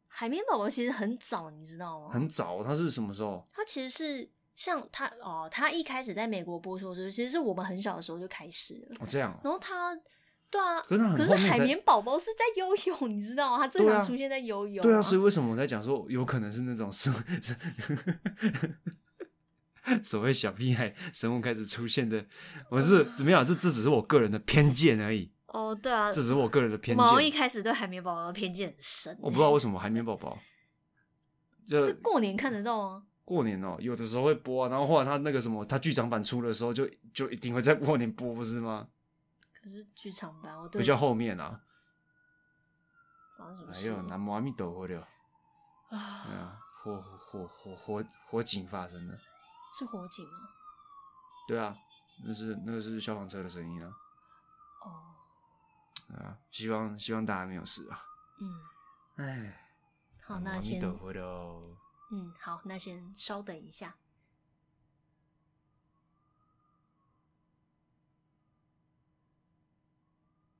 B: 海绵宝宝其实很早，你知道吗？
A: 很早，他是什么时候？
B: 它其实是像它哦，它一开始在美国播出的时候，其实是我们很小的时候就开始了。
A: 哦，这样哦，
B: 然后它，对啊，
A: 可是它很
B: 可是
A: 后面才
B: 海绵宝宝是在游泳，你知道吗？它正
A: 对啊
B: 常出现在游泳、
A: 对啊，所以为什么我在讲说有可能是那种生 所谓小屁孩生物开始出现的，我是怎么样？这这只是我个人的偏见而已，
B: 哦，对啊
A: 这，只是我个人的偏见。
B: 毛一开始对海绵宝宝的偏见很深、欸
A: 我不知道为什么海绵宝宝，就是
B: 过年看得到吗？
A: 过年哦、有的时候会播、啊，然后后来他那个什么，他剧场版出的时候就就一定会在过年播，不是吗？
B: 可是剧场版我对哦
A: 比较哎后面啊，
B: 发生什么
A: 还
B: 事
A: 有南无阿弥陀佛的，
B: 啊？
A: 嗯，火火火火火警发生了，
B: 是火警吗？
A: 对啊，那是那个是消防车的声音啊，
B: 哦，
A: 对啊，希望希望大家没有事啊，
B: 嗯，
A: 哎，
B: 好，
A: 南无
B: 那
A: 阿弥
B: 先
A: 陀佛的哦，
B: 嗯，好，那先稍等一下。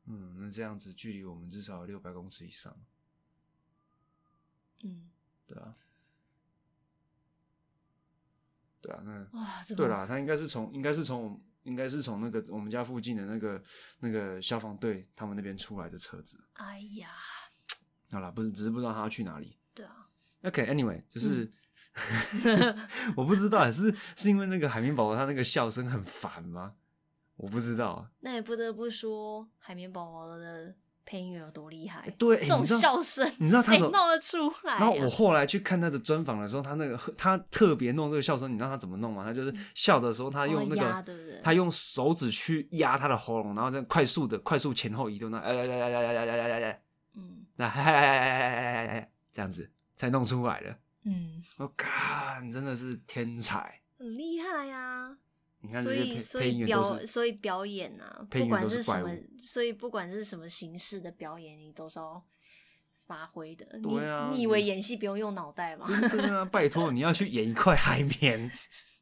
A: 嗯，那这样子距离我们至少有六百公尺以上，
B: 嗯，
A: 对啊，对啊，那
B: 哇，这
A: 对啦，他应该是从应该是从应该是从那个我们家附近的那个那个消防队他们那边出来的车子。
B: 哎呀，
A: 好啦，不是只是不知道他要去哪里。
B: 对啊，
A: OK，Anyway，、就是、我不知道是是因为那个海绵宝宝他那个笑声很烦吗？我不知道啊。
B: 那也不得不说，海绵宝宝的配音员有多厉害。
A: 对，
B: 这
A: 欸
B: 种
A: 你知道
B: 笑声，
A: 你知道他
B: 谁
A: 怎么
B: 闹得出来、啊？
A: 然后我后来去看他的专访的时候，他那个他特别弄这个笑声，你知道他怎么弄吗？他就是笑的时候，他用那
B: 哦压
A: 个、
B: 对不对
A: 他用手指去压他的喉咙，然后这样快速的快速前后移动，那哎呀呀呀呀呀呀呀呀呀，
B: 嗯
A: 那哎哎哎哎哎哎哎这样子才弄出来的。
B: 嗯，
A: 我看真的是天才，
B: 很厉害呀、啊
A: 你看这
B: 所
A: 些
B: 以
A: 配
B: 所
A: 配音
B: 以
A: 员都
B: 表
A: 是
B: 所以表演啊，
A: 配音员
B: 不管
A: 都是
B: 什
A: 怪
B: 么
A: 物，
B: 所以不管是什么形式的表演，你都是要发挥的。
A: 对啊
B: 你你以为
A: 你
B: 演戏不用用脑袋吗？
A: 真的啊！拜托，你要去演一块海绵。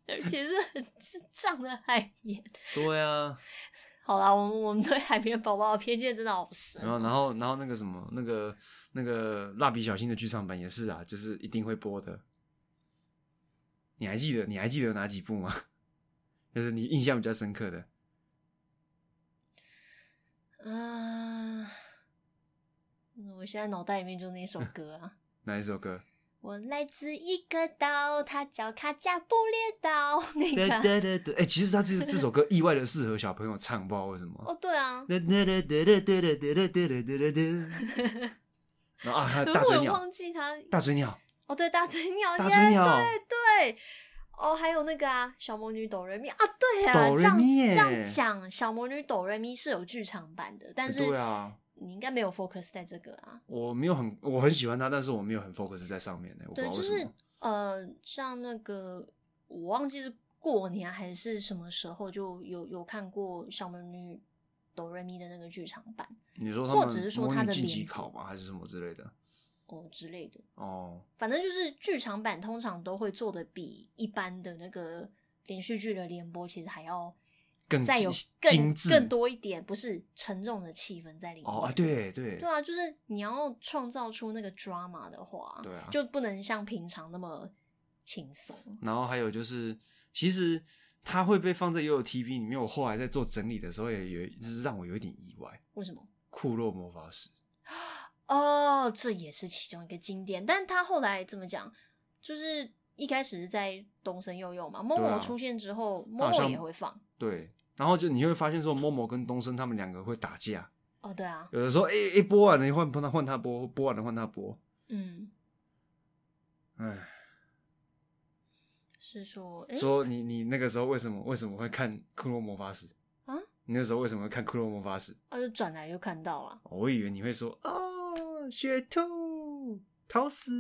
B: 而且是很 智障的海绵。
A: 对啊，
B: 好啦，我们我们对海绵宝宝的偏见真的好深
A: 然。后然后然后那个什么那个那个蜡笔小新的剧场版也是啊，就是一定会播的。你还记得你还记得有哪几部吗？就是你印象比较深刻的，
B: 嗯、我现在脑袋里面就那首歌啊。
A: 哪一首歌？
B: 我来自一个岛，它叫卡加布列岛。那
A: 哒
B: 个啊，
A: 哒哒哒！哎，其实他这这首歌意外的适合小朋友唱，不知道为什
B: 哦，
A: 么。
B: 对 啊，
A: 哒哒哒哒哒哒哒哒哒哒哒哒。然后啊，还有大
B: 我
A: 嘴
B: 也
A: 鸟，
B: 忘记它。
A: 大嘴鸟，
B: 哦，对，大嘴鸟，
A: 大
B: 耶
A: 嘴鸟
B: 对对。哦，还有那个啊，小魔女哆瑞咪啊，对啊，
A: 哆
B: 这
A: 瑞
B: 样
A: 咪耶
B: 这样讲，小魔女哆瑞咪是有剧场版的，但是
A: 对啊，
B: 你应该没有 focus 在这个啊。
A: 我没有很我很喜欢他，但是我没有很 focus 在上面呢、欸我不知
B: 对，
A: 道为
B: 就
A: 什
B: 是
A: 么。
B: 呃，像那个我忘记是过年还是什么时候就有有看过小魔女哆瑞咪的那个剧场版
A: 你说他
B: 或者是
A: 们
B: 说
A: 模
B: 他
A: 拟
B: 的
A: 晋级
B: 脸谱
A: 考吗？还是什么之类的？
B: 哦之类的，
A: 哦，
B: 反正就是剧场版通常都会做的比一般的那个连续剧的联播其实还要
A: 更
B: 再有
A: 精
B: 更
A: 精致
B: 更多一点，不是沉重的气氛在里面。
A: 哦啊，对对
B: 对啊，就是你要创造出那个 drama 的话，
A: 对啊
B: 就不能像平常那么轻松。
A: 然后还有就是，其实它会被放在悠悠 TV 里面。我后来在做整理的时候，也有就是让我有一点意外，
B: 为什么？
A: 库洛魔法使。
B: 哦，这也是其中一个经典，但他后来怎么讲？就是一开始是在东森幼幼嘛，某
A: 对
B: 某
A: 啊
B: 出现之后，某
A: 好
B: 某
A: 像
B: 也会放。
A: 对，然后就你会发现说，某某跟东升他们两个会打架，
B: 哦，对啊，
A: 有的时候哎哎、诶播完了换他换他播，播完了换他播，
B: 嗯，
A: 哎。
B: 是说，诶，
A: 说你你那个时候为什么为什么会看《库洛魔法使》
B: 啊？
A: 你那时候为什么会看《库洛魔法使》
B: 啊，就转来就看到了。
A: 我以为你会说哦，雪兔讨死，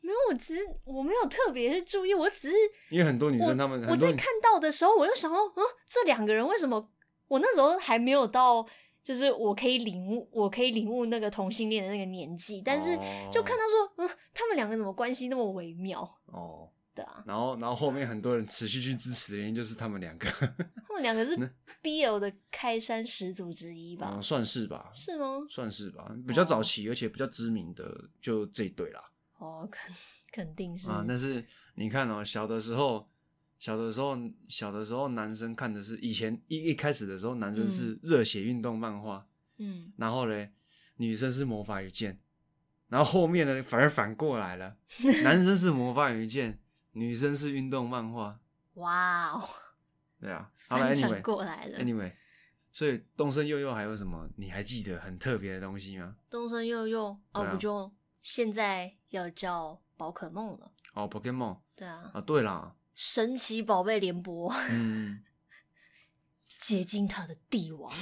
B: 没有，我只是我没有特别去注意，我只是
A: 因为很多女
B: 我
A: 生她们
B: 我
A: 很多
B: 在
A: 女
B: 看到的时候，我就想说，嗯，这两个人为什么？我那时候还没有到，就是我可以领悟，我可以领悟那个同性恋的那个年纪，但是就看到说，嗯，他们两个怎么关系那么微妙？
A: 哦，
B: 对啊，
A: 然后然后后面很多人持续去支持的原因就是他们两个，
B: 他们两 个是
A: 那
B: BL 的开山始祖之一吧？
A: 嗯，算是吧，
B: 是吗？
A: 算是吧，比较早
B: 哦
A: 期而且比较知名的就这一对啦。
B: 哦，肯肯定是。
A: 啊，但是你看哦，小的时候，小的时候，小的时候，男生看的是以前一一开始的时候，男生是热血运动漫画，
B: 嗯，
A: 然后嘞，女生是魔法与剑，然后后面呢反而反过来 了，男生是魔法与剑，女生是运动漫画，
B: 哇哦，
A: 对啊，好了
B: 翻转
A: ，anyway，anyway，
B: 过来了。
A: 所以东升幼幼还有什么你还记得很特别的东西吗？
B: 东森幼幼哦，
A: 对啊
B: 不就现在要叫宝可梦了？
A: 哦，Pokemon
B: 对啊，
A: 啊，对啦，
B: 神奇宝贝联播，
A: 嗯，
B: 结晶塔的帝王，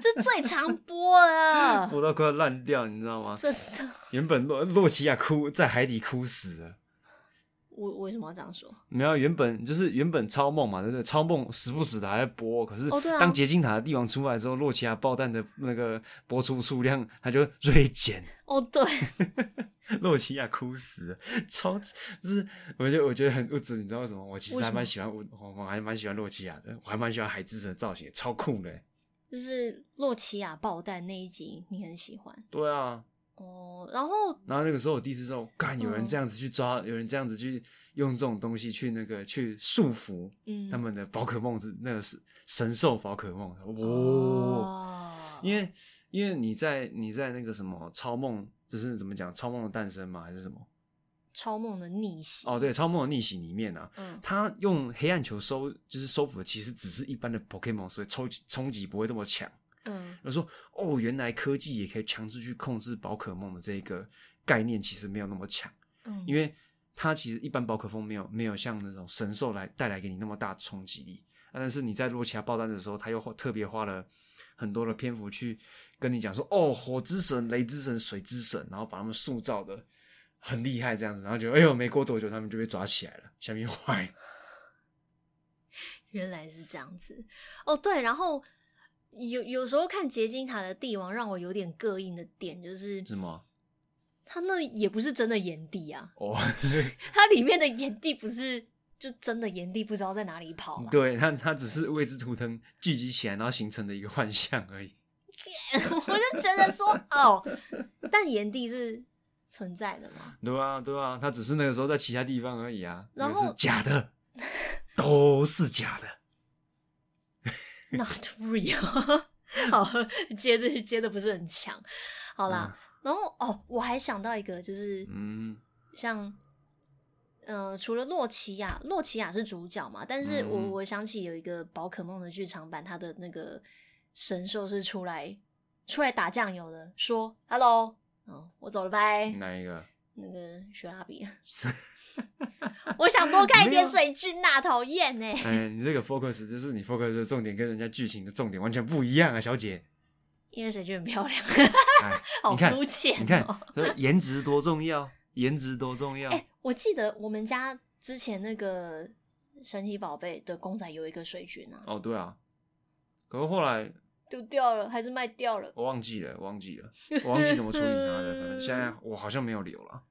B: 这最常播 了，
A: 播到快要烂掉，你知道吗？
B: 真的。
A: 原本洛洛奇亚哭在海底哭死了，
B: 我我为什么要这样说？
A: 没有啊原本就是原本超梦嘛，对不对？超梦时不时的还在播，可是
B: 哦对啊
A: 当结晶塔的帝王出来之后，洛奇亚爆弹的那个播出数量它就锐减，
B: 哦，对，
A: 洛奇亚哭死了，超就是我就我觉得很物质，你知道为什么？我其
B: 为
A: 实
B: 什
A: 还蛮
B: 么
A: 喜欢我我还蛮喜欢洛奇亚的，我还蛮喜欢海之神的造型，超酷的、
B: 就是洛奇亚爆弹那一集，你很喜欢
A: 对啊，
B: 哦。然后
A: 然后那个时候我第一次知道，干有人
B: 嗯
A: 这样子去抓，有人这样子去用这种东西去那个去束缚
B: 嗯，
A: 他们的宝可梦是那个是神兽宝可梦哦，
B: 哦，
A: 因为因为你在你在那个什么超梦，就是怎么讲超梦的诞生嘛，还是什么？
B: 超梦的逆袭
A: 哦，，对，超梦的逆袭里面啊，
B: 嗯，
A: 他用黑暗球收就是收服的，其实只是一般的 Pokemon，所以冲击冲击不会这么强。
B: 嗯，
A: 我说哦，原来科技也可以强制去控制宝可梦的这个概念，其实没有那么强。
B: 嗯，
A: 因为它其实一般宝可梦没有没有像那种神兽来带来给你那么大的冲击力，啊但是你在洛奇亚爆弹的时候，他又花特别花了很多的篇幅去跟你讲说，哦，火之神、雷之神、水之神，然后把他们塑造的很厉害这样子，然后就哎呦，没过多久他们就被抓起来了，下面坏，
B: 原来是这样子哦，对，然后有有时候看结晶塔的帝王让我有点膈应的点就是，
A: 是吗？
B: 它那也不是真的炎帝啊，
A: 哦，
B: 它里面的炎帝不是就真的炎帝不知道在哪里跑嘛，
A: 对，它它只是未知图腾聚集起来，然后形成的一个幻象而已。
B: 我就觉得说哦，但炎帝是存在的嘛，
A: 对啊，对啊，它只是那个时候在其他地方而已啊，
B: 然
A: 那个是
B: 后
A: 假 的，都是假的。
B: Not real 好，接的接的不是很强。好啦，然后哦，我还想到一个，就是
A: 嗯，
B: 像，呃，除了洛奇亚，洛奇亚是主角嘛，但是我、
A: 嗯
B: 我想起有一个宝可梦的剧场版，它的那个神兽是出来出来打酱油的，说 “hello”，嗯，我走了，拜。
A: 哪一 个？
B: 那个雪拉比， 我想多看一
A: 没有
B: 点水剧呐，讨厌呢。
A: 哎，你这个 focus 就是你 focus 的重点跟人家剧情的重点完全不一样啊，小 姐。
B: 因为水剧很漂亮，
A: 哎，
B: 好
A: 你看
B: 肤浅、哦。
A: 你看，所以颜值多重要，颜值多重要。
B: 哎、我记得我们家之前那个神奇宝贝的公仔有一个水军啊，
A: 哦，对啊，可是后来
B: 丢掉了还是卖掉了，
A: 我忘记了，忘记了，我忘记怎么处理它了。反正现在我好像没有留 了。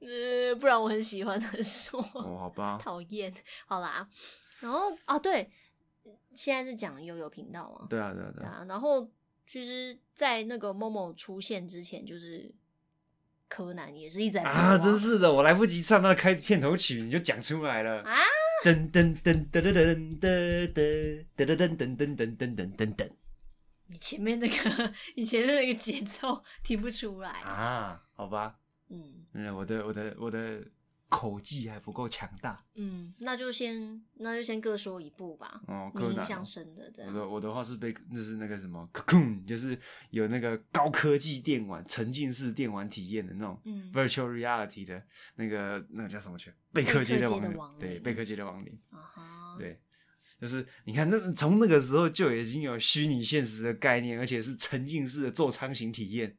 B: 呃，不然我很喜欢的 说，
A: 哦，好吧，
B: 讨厌。好啦，然后啊，对，现在是讲悠悠频道嘛，
A: 对啊，对啊，对
B: 对
A: 啊，
B: 啊，然后其实，在那个某某出现之前，就是柯南也是一直在播
A: 啊，真是的，我来不及唱那个开片头曲，你就讲出来了
B: 啊！
A: 噔噔噔噔噔噔噔噔噔噔噔噔噔噔噔噔噔
B: 你前面那个 你前面那个节奏听不出来，
A: 啊！好吧，
B: 嗯
A: 嗯，我的我的我的口技还不够强大
B: 嗯，那就先那就先各说一部吧。
A: 哦，
B: 你
A: 柯
B: 印
A: 南
B: 象
A: 哦。
B: 深的，对啊
A: 我的我的话是被那是那个什么 cocoon，就是有那个高科技电玩沉浸式电玩体验的那种
B: 嗯
A: virtual reality 的那个那个叫什么去？贝克街的
B: 贝克街的
A: 亡
B: 亡
A: 灵，嗯对，
B: 灵
A: 贝克街的亡灵，
B: 啊哈，
A: 对，就是你看那从那个时候就已经有虚拟现实的概念，而且是沉浸式的座舱型体验。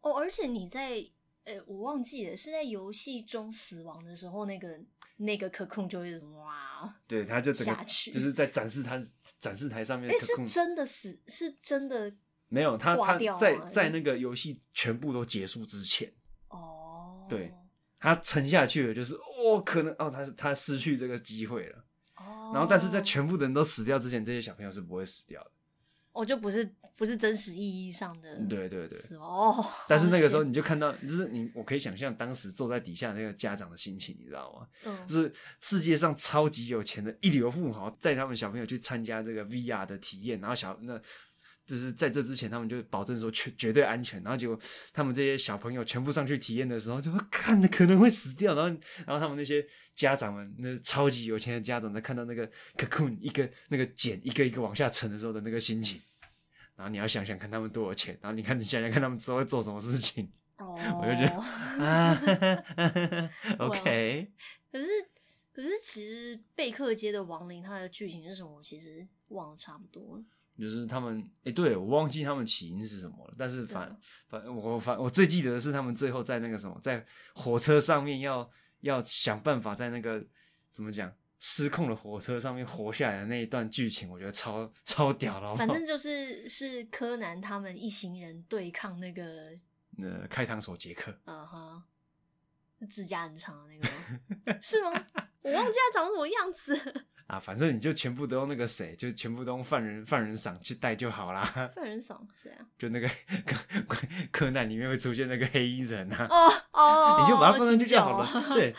B: 哦，而且你在呃，我忘记了是在游戏中死亡的时候，那个那个可控就会哇，
A: 对，他就整个
B: 下去
A: 就是在展示他展示台上面
B: 哎、
A: 的
B: 是
A: cocoon
B: 真的死，是真的
A: 没有他
B: 挂
A: 他
B: 掉
A: 在
B: 吗嗯
A: 在那个游戏全部都结束之前，
B: 哦，
A: 对他沉下去了，就是哦，可能哦，他他失去这个机会了。
B: 哦，
A: 然后，但是在全部的人都死掉之前，这些小朋友是不会死掉的。
B: 哦，就不是不是真实意义上的
A: 对对对。
B: 死亡哦，
A: 但是那个时候
B: 嗯好
A: 你就看到，就是你，我可以想象当时坐在底下那个家长的心情，你知道吗？
B: 险嗯
A: 就是世界上超级有钱的一流富豪带他们小朋友去参加这个 VR 的体验，然后小那就是在这之前他们就保证说绝绝对安全，然后结果他们这些小朋友全部上去体验的时候，就说看的可能会死掉，然后然后他们那些家长们，那超级有钱的家长在看到那个 cocoon 一个那个茧一个一个往下沉的时候的那个心情。然后你要想想看他们多有钱，然后你看你想想看他们之后会做什么事情
B: 哦，
A: 我就觉得啊？OK，
B: 可是可是其实贝克街的亡灵它的剧情是什么，我其实忘了差不多了。
A: 就是他们，哎、对我忘记他们起因是什么了。但是反
B: 对啊
A: 反我反我最记得的是他们最后在那个什么，在火车上面要要想办法在那个怎么讲失控的火车上面活下来的那一段剧情，我觉得超 超屌了。好不好
B: 反正就是是柯南他们一行人对抗那个，
A: 呃，开膛手杰克，
B: 呃哈，是指甲很长的那个吗？ 是吗？我忘记他长什么样 子了，
A: 啊，反正你就全部都用那个谁，就全部都用犯人犯人赏去带就好啦。
B: 犯人爽谁啊？
A: 就那个 柯柯南里面会出现那个黑衣人啊，
B: 哦哦，
A: 你就把它放上去就好
B: 秦九
A: 了。对，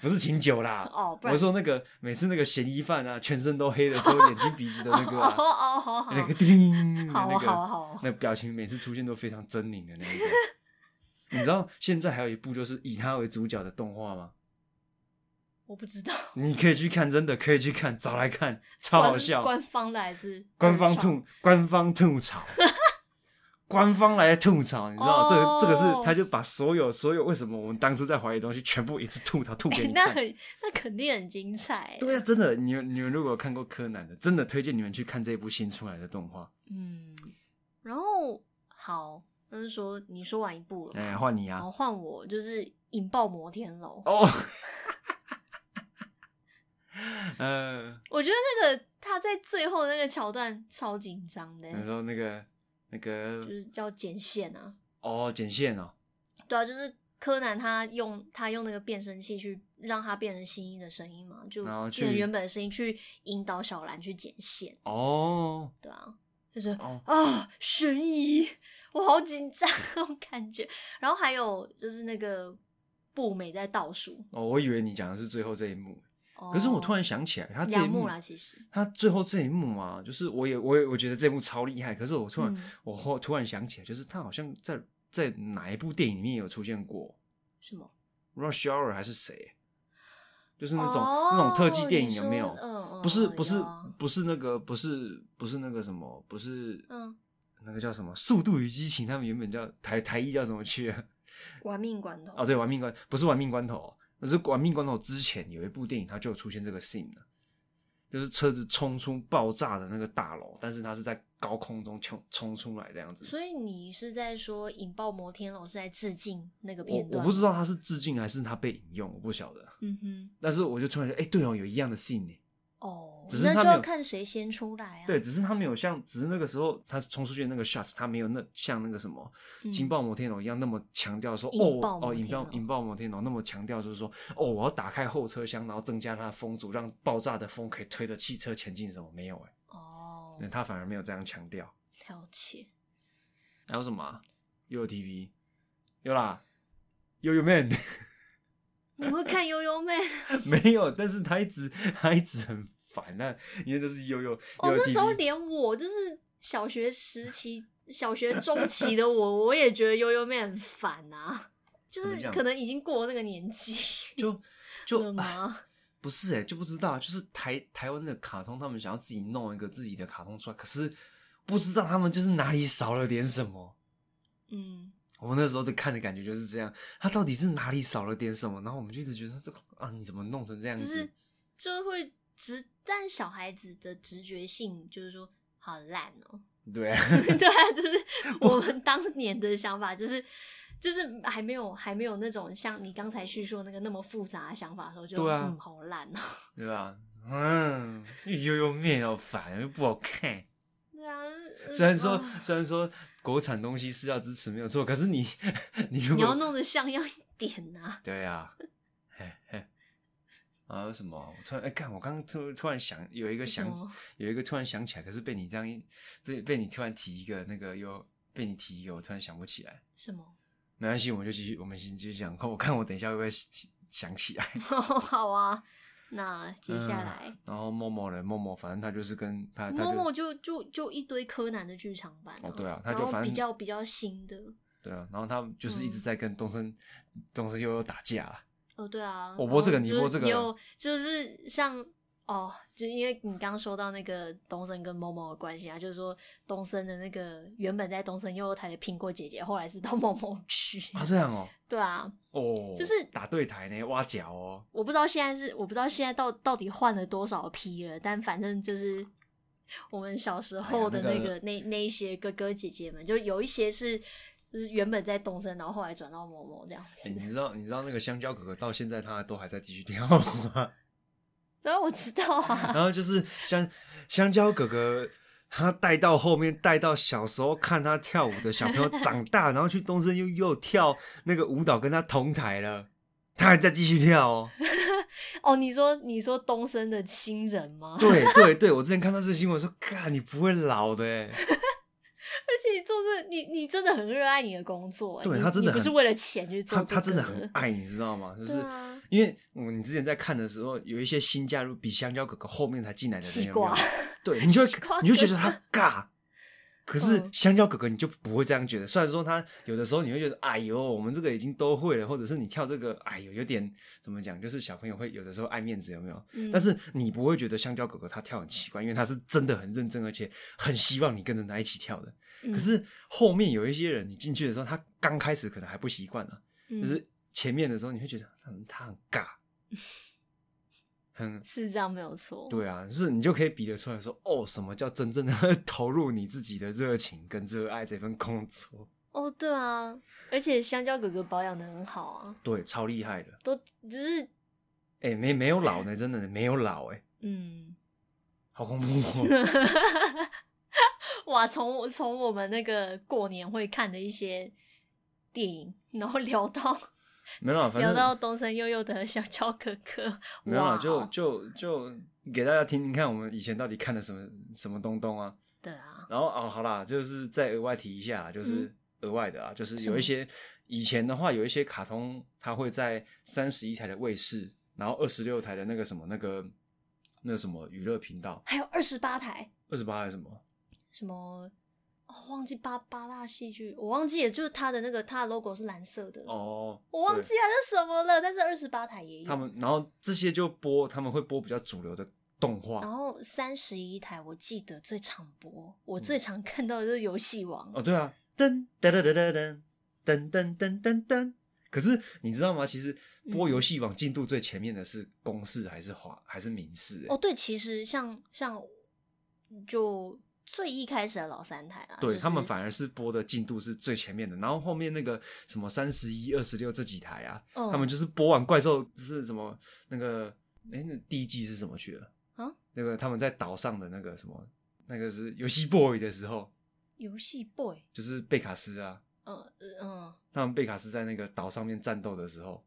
A: 不是秦九啦，
B: 哦，不然
A: 我说那个每次那个嫌疑犯啊，全身都黑了之后，眼睛鼻子的那个、
B: 哦
A: 啊，
B: 哦好好，
A: 那个叮的
B: 好
A: 那
B: 啊
A: 个，
B: 好啊好啊，
A: 那表情每次出现都非常狰狞的那一个。你知道现在还有一部就是以他为主角的动画吗？
B: 我不知道，
A: 你可以去看，真的可以去看，找来看， 超好笑。
B: 官官方的还是
A: 官方
B: 创
A: 吐，官方吐 槽，官方来吐槽，你知道、
B: 哦
A: 这个这个是他就把所有所有为什么我们当初在怀疑的东西全部一次吐槽吐给
B: 哎
A: 你看。
B: 那很那肯定很精彩，
A: 对啊，真的，你们你们如果有看过柯南的，真的推荐你们去看这一部新出来的动画。
B: 嗯，然后好，那就是说你说完一部了嘛，
A: 哎、换你
B: 然
A: 啊！
B: 后换我 就是引爆摩天楼，
A: 哦，嗯，
B: 我觉得那个他在最后那个桥段超紧张的、
A: 你说那个那
B: 就
A: 个
B: 是要剪线啊。
A: 哦，剪线哦，
B: 对啊，就是柯南他用他用那个变声器去让它变成新音的声音嘛，就
A: 然后
B: 变成
A: 去
B: 原本的声音去引导小兰去剪线，
A: 哦
B: 对啊，就是
A: 哦，
B: 啊，悬疑，我好紧张那种感觉。然后还有就是那个步美在倒数，
A: 哦，我以为你讲的是最后这一幕，可是我突然
B: 想
A: 想起来，他这一
B: 两
A: 幕
B: 哦幕啦，其实
A: 他最后这一幕啊，就是我也我也我觉得这一幕超厉害，可是我突然、
B: 嗯
A: 我后突然想起来，就是他好像在在哪一部电影里面有出现过
B: 什么
A: ，Rush Hour 还是谁，就是那种、
B: 哦
A: 那种特技电影有没有？
B: 你说嗯嗯，
A: 不是
B: 嗯
A: 不是
B: 有啊
A: 不是那个不是不是那个什么不是
B: 嗯，
A: 那个叫什么《速度与激情》，他们原本叫台台一叫什么去啊？
B: 玩命关头
A: 哦，对，玩命关不是玩命关头，那是玩命关头之前有一部电影，它就有出现这个 scene 的，就是车子冲出爆炸的那个大楼，但是它是在高空中冲冲出来这样子。
B: 所以你是在说《引爆摩天楼》是在致敬那个
A: 我
B: 片
A: 我
B: 段？
A: 不知道，它是致敬还是它被引用，我不晓得。
B: 嗯哼，
A: 但是我就突然觉得，哎、对哦，有一样的 scene 呢。
B: 哦，
A: 只是
B: 那
A: 他
B: 就
A: 没
B: 要
A: 有
B: 看谁先出来啊。
A: 对，，只是它没有像，只是那个时候它冲出去的那个 shot，它没有那像那个什么
B: 嗯
A: 《惊爆摩天楼》一样那么强调说，
B: 引
A: 哦
B: 爆
A: 哦，
B: 摩
A: 引
B: 天
A: 爆
B: 楼
A: 引爆摩天楼那么强调就是说，哦，我要打开后车厢，然后增加它的风阻，让爆炸的风可以推着汽车前进什么没有哎、
B: 哦，
A: 他反而没有这样强调。
B: 了解。
A: 还有什么啊、又有 TV，有啦，悠悠 man
B: 你会看悠悠妹？
A: 没有，但是他一直他一直很烦那、因为这是悠悠
B: 哦，
A: 悠悠
B: 那时候
A: TV，
B: 连我就是小学时期、小学中期的我，我也觉得悠悠妹很烦啊，就
A: 怎么
B: 是
A: 讲
B: 可能已经过了那个年纪
A: 就
B: 了
A: 就啊
B: 吗？
A: 不是哎、就不知道，就是台台湾的卡通，他们想要自己弄一个自己的卡通出来，可是不知道他们就是哪里少了点什么。
B: 嗯，
A: 我那时候的看的感觉就是这样，他到底是哪里少了点什么？然后我们就一直觉得这个啊，你怎么弄成这样
B: 就
A: 子？
B: 是就会直，但小孩子的直觉性就是说好烂哦、
A: 对啊，
B: 对啊，就是我们当年的想法，就是就是还没有还没有那种像你刚才叙述那个那么复杂的想法的时候就，
A: 对啊
B: 嗯，好烂啊。
A: 对吧？嗯，悠悠面好烦，又不好看。
B: 对啊，呃
A: 虽然说
B: 啊
A: 虽然说国产东西是要支持没有错，可是你 你如
B: 你
A: 果
B: 要弄得像样一点呐、 啊，
A: 对啊，嘿嘿，啊有什么？我突然哎，看、我刚刚突突然想有一个想
B: 什么
A: 有一个突然想起来，可是被你这样一被被你突然提一个那个又被你提一个，我突然想不起来。
B: 什么？
A: 没关系，我们就继续，我们先继续讲。看我看我等一下会不会想想起来。
B: 好啊，那接下来
A: 嗯、然后默默嘞，默默，反正他就是跟他他
B: 默默
A: 就
B: 就就就一堆柯南的剧场版、
A: 哦对啊他就
B: 然后
A: 反正
B: 比较比较新的，
A: 对啊，然后他就是一直
B: 嗯
A: 在跟东升、东升悠悠打架啊。
B: 哦，对啊，
A: 我播这个
B: 然后
A: 你
B: 就是
A: 播这个
B: 有就是像哦，就因为你刚说到那个东森跟某某的关系啊，就是说东森的那个原本在东森幼幼台的苹果姐姐，后来是到某某去，
A: 啊，这样哦，
B: 对啊，
A: 哦，
B: 就是
A: 打对台呢，挖角哦，
B: 我不知道现在是我不知道现在到到底换了多少批了，但反正就是我们小时候的
A: 哎
B: 那
A: 呀那
B: 个、
A: 个
B: 那那一些哥哥姐姐们，就有一些是就是原本在东森，然后后来转到某某这样
A: 哎
B: 子。
A: 你知道你知道那个香蕉哥哥到现在他都还在继续跳舞吗？
B: 然后我知道 啊，
A: 然后就是香香蕉哥哥，他带到后面带到小时候看他跳舞的小朋友长大，然后去东森又又跳那个舞蹈跟他同台了，他还在继续跳哦。
B: 哦，你说你说东升的新人吗？
A: 对对对，我之前看到这个新闻说，嘎，你不会老的哎。
B: 而且你做这，你你真的很热爱你的工作、欸，
A: 对
B: 你
A: 他真的
B: 你不
A: 很
B: 是为了钱去做、
A: 他
B: 这
A: 他真的
B: 的
A: 很爱你，知道吗？就是
B: 对啊
A: 因为我你之前在看的时候，有一些新加入比香蕉哥哥后面才进来的人，
B: 西
A: 有没有
B: 瓜，
A: 对你就会
B: 西瓜
A: 你就觉
B: 哥
A: 得他尬。可是
B: 嗯
A: 香蕉哥哥你就不会这样觉得，虽然说他有的时候你会觉得，哎呦，我们这个已经都会了，或者是你跳这个，哎呦，有点怎么讲，就是小朋友会有的时候爱面子，有没有？
B: 嗯
A: 但是你不会觉得香蕉哥哥他跳很奇怪，因为他是真的很认真，而且很希望你跟着他一起跳的。
B: 嗯
A: 可是后面有一些人，你进去的时候，他刚开始可能还不习惯呢，
B: 嗯
A: 就是前面的时候你会觉得他他很 尬，很
B: 是这样没有错，
A: 对啊，就是你就可以比得出来说，哦，什么叫真正的投入你自己的热情跟热爱这份工作？
B: 哦对啊，而且香蕉哥哥保养的很好啊，
A: 对，超厉害的。
B: 都就是
A: 哎、没没有老呢，真的没有老哎、
B: 嗯，
A: 好恐怖、哦！
B: 哇，从我从我们那个过年会看的一些电影，然后聊到
A: 没有啦， 反
B: 聊
A: 正
B: 到东森悠悠的小乔哥哥，
A: 没有啦，
B: 哇，哦
A: 就就就给大家听听看，我们以前到底看了什么什么东东啊？
B: 对啊，
A: 然后哦，好啦，就是再额外提一下啦，就是额外的啊，就是有一些以前的话，有一些卡通，它会在三十一台的卫视，然后二十六台的那个什么那个那什么娱乐频道，
B: 还有二十八台
A: 二十八还是什么？
B: 什么。哦，忘记八八大戏剧，我忘记了，就是它的那个它的 logo 是蓝色的，
A: 哦，
B: 我忘记它是什么了。但是二十八台也
A: 对
B: 有，
A: 他们，然后这些就播，他们会播比较主流的动
B: 然
A: 画。
B: 后三十一台我记得最常播，我最常看到的就是游戏王。
A: 嗯哦，对啊，噔噔噔噔噔噔噔噔噔噔。可是你知道吗？其实播
B: 嗯
A: 游戏网进度最前面的是公式还是华还是民视、欸？
B: 哦，对，其实像像就最一开始的老三台啦，
A: 对、
B: 就是
A: 他们反而是播的进度是最前面的，然后后面那个什么三十一、二十六这几台啊，
B: 嗯
A: 他们就是播完怪兽是什么那个哎、那第一季是什么去了
B: 啊？
A: 那个他们在岛上的那个什么那个是游戏 boy 的时候，
B: 游戏 boy，
A: 就是贝卡斯啊，
B: 嗯嗯，
A: 他们贝卡斯在那个岛上面战斗的时候，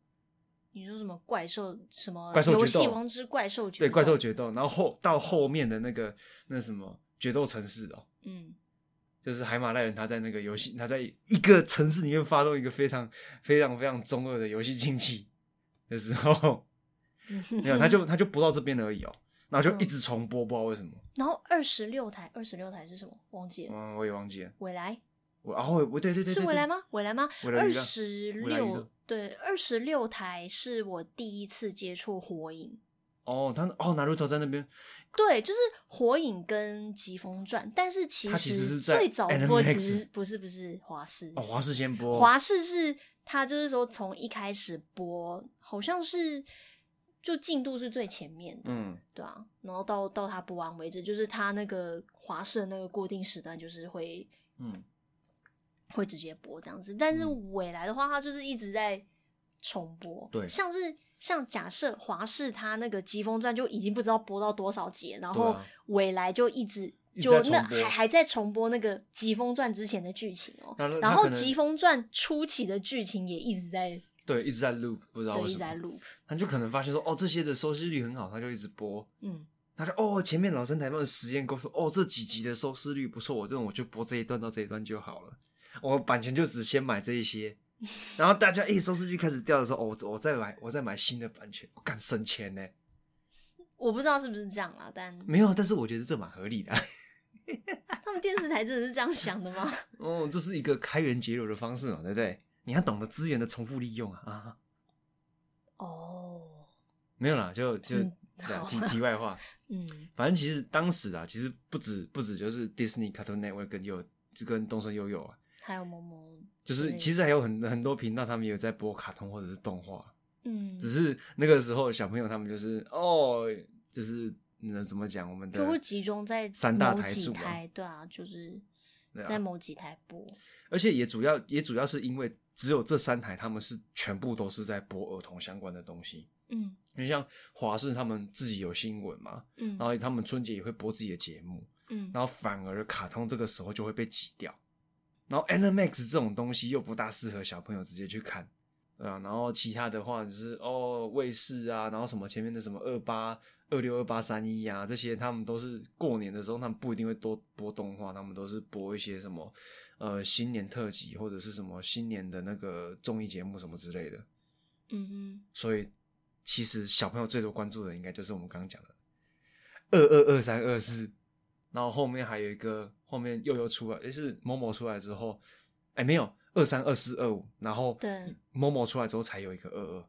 B: 你说什么怪兽什么
A: 怪兽
B: 啊游
A: 决斗
B: 戏王之怪兽决
A: 对怪
B: 斗
A: 兽决斗，然后后到后面的那个那什么决斗城市哦、
B: 嗯，
A: 就是海马赖人，他在那个游戏，他在一个城市里面发动一个非常非常非常中二的游戏竞技的时候，没有，他就他就播到这边而已哦，然
B: 嗯
A: 后就一直重播，不知道为什么，
B: 然后二十六台，二十六台是什么？忘记了，
A: 嗯，我也忘记了，
B: 未来
A: 我然后我我对对对
B: 是
A: 对
B: 未来
A: 对，
B: 吗？未来吗？
A: 未来
B: 二
A: 娱乐
B: 十
A: 未来娱乐
B: 六对，二十六台是我第一次接触火影。
A: 哦，他哦，拿路头在那边，
B: 对，就是《火影》跟《疾风传》，但是其
A: 它其实是在
B: 最早播
A: Animax
B: 其实 不是不是华视
A: 哦，华视先播，
B: 华视是它就是说从一开始播，好像是就进度是最前面的，
A: 嗯，
B: 对啊，然后到到它播完为止，就是它那个华视的那个固定时段就是会
A: 嗯
B: 会直接播这样子，但是
A: 嗯
B: 未来的话，它就是一直在重播，
A: 对
B: 像是像假设华视它那个《疾风传》就已经不知道播到多少集了，然
A: 对
B: 后
A: 啊
B: 未来就一直。
A: 一直
B: 就
A: 在重
B: 那
A: 播
B: 还还在重播那个《疾风传》之前的剧情哦、
A: 那那
B: 然
A: 它
B: 后《
A: 可能
B: 疾风传》初期的剧情也一直在
A: 对，一直在 loop，不知道
B: 对
A: 为
B: 一
A: 什
B: 直在
A: 么，
B: loop，
A: 他就可能发现说，哦，这些的收视率很好，他就一直播，
B: 嗯，
A: 他就哦，前面老生台们实验过说，哦，这几集的收视率不错，我这种我就播这一段到这一段就好了，我版权就只先买这一 些，然后大家一、收视率开始掉的时候，哦，我我再买我再买新的版权，我、干省钱呢？
B: 我不知道是不是这样啊，但
A: 没有，但是我觉得这蛮合理的、啊
B: 他们电视台真的是这样想的 吗？
A: 哦，这是一个开源节流的方式嘛，对不对？你要懂得资源的重复利用啊啊，
B: 哦，
A: 没有啦，就就
B: 嗯
A: 对啊
B: 好
A: 题题外话，
B: 嗯
A: 反正其实当时啊，其实不止不止就是 Disney Cartoon Network 跟有就跟东森悠悠啊，
B: 还有某某，
A: 就是
B: 对
A: 其实还有很很多频道，他们也有在播卡通或者是动画，
B: 嗯，
A: 只是那个时候小朋友他们就是哦，就是嗯怎么讲，我们的
B: 就会集中在
A: 三大
B: 某
A: 台
B: 几
A: 柱啊
B: 台，对啊，就是
A: 对啊
B: 在某几台播，
A: 而且也主要也主要是因为只有这三台他们是全部都是在播儿童相关的东西，
B: 嗯
A: 因为像华视他们自己有新闻嘛，
B: 嗯
A: 然后他们春节也会播自己的节目，
B: 嗯，
A: 然后反而卡通这个时候就会被挤掉。然后 Animax 这种东西又不大适合小朋友直接去看，对啊。然后其他的话就是哦卫视啊，然后什么前面的什么二八、二六、二八三一啊，这些他们都是过年的时候，他们不一定会多播动画，他们都是播一些什么呃新年特辑或者是什么新年的那个综艺节目什么之类的。
B: 嗯哼，
A: 所以其实小朋友最多关注的应该就是我们刚刚讲的二二二三二四，然后后面还有一个后面又又出来，也是某某出来之后，哎没有二三二四二五，然后
B: 对
A: 某某出来之后才有一个二二，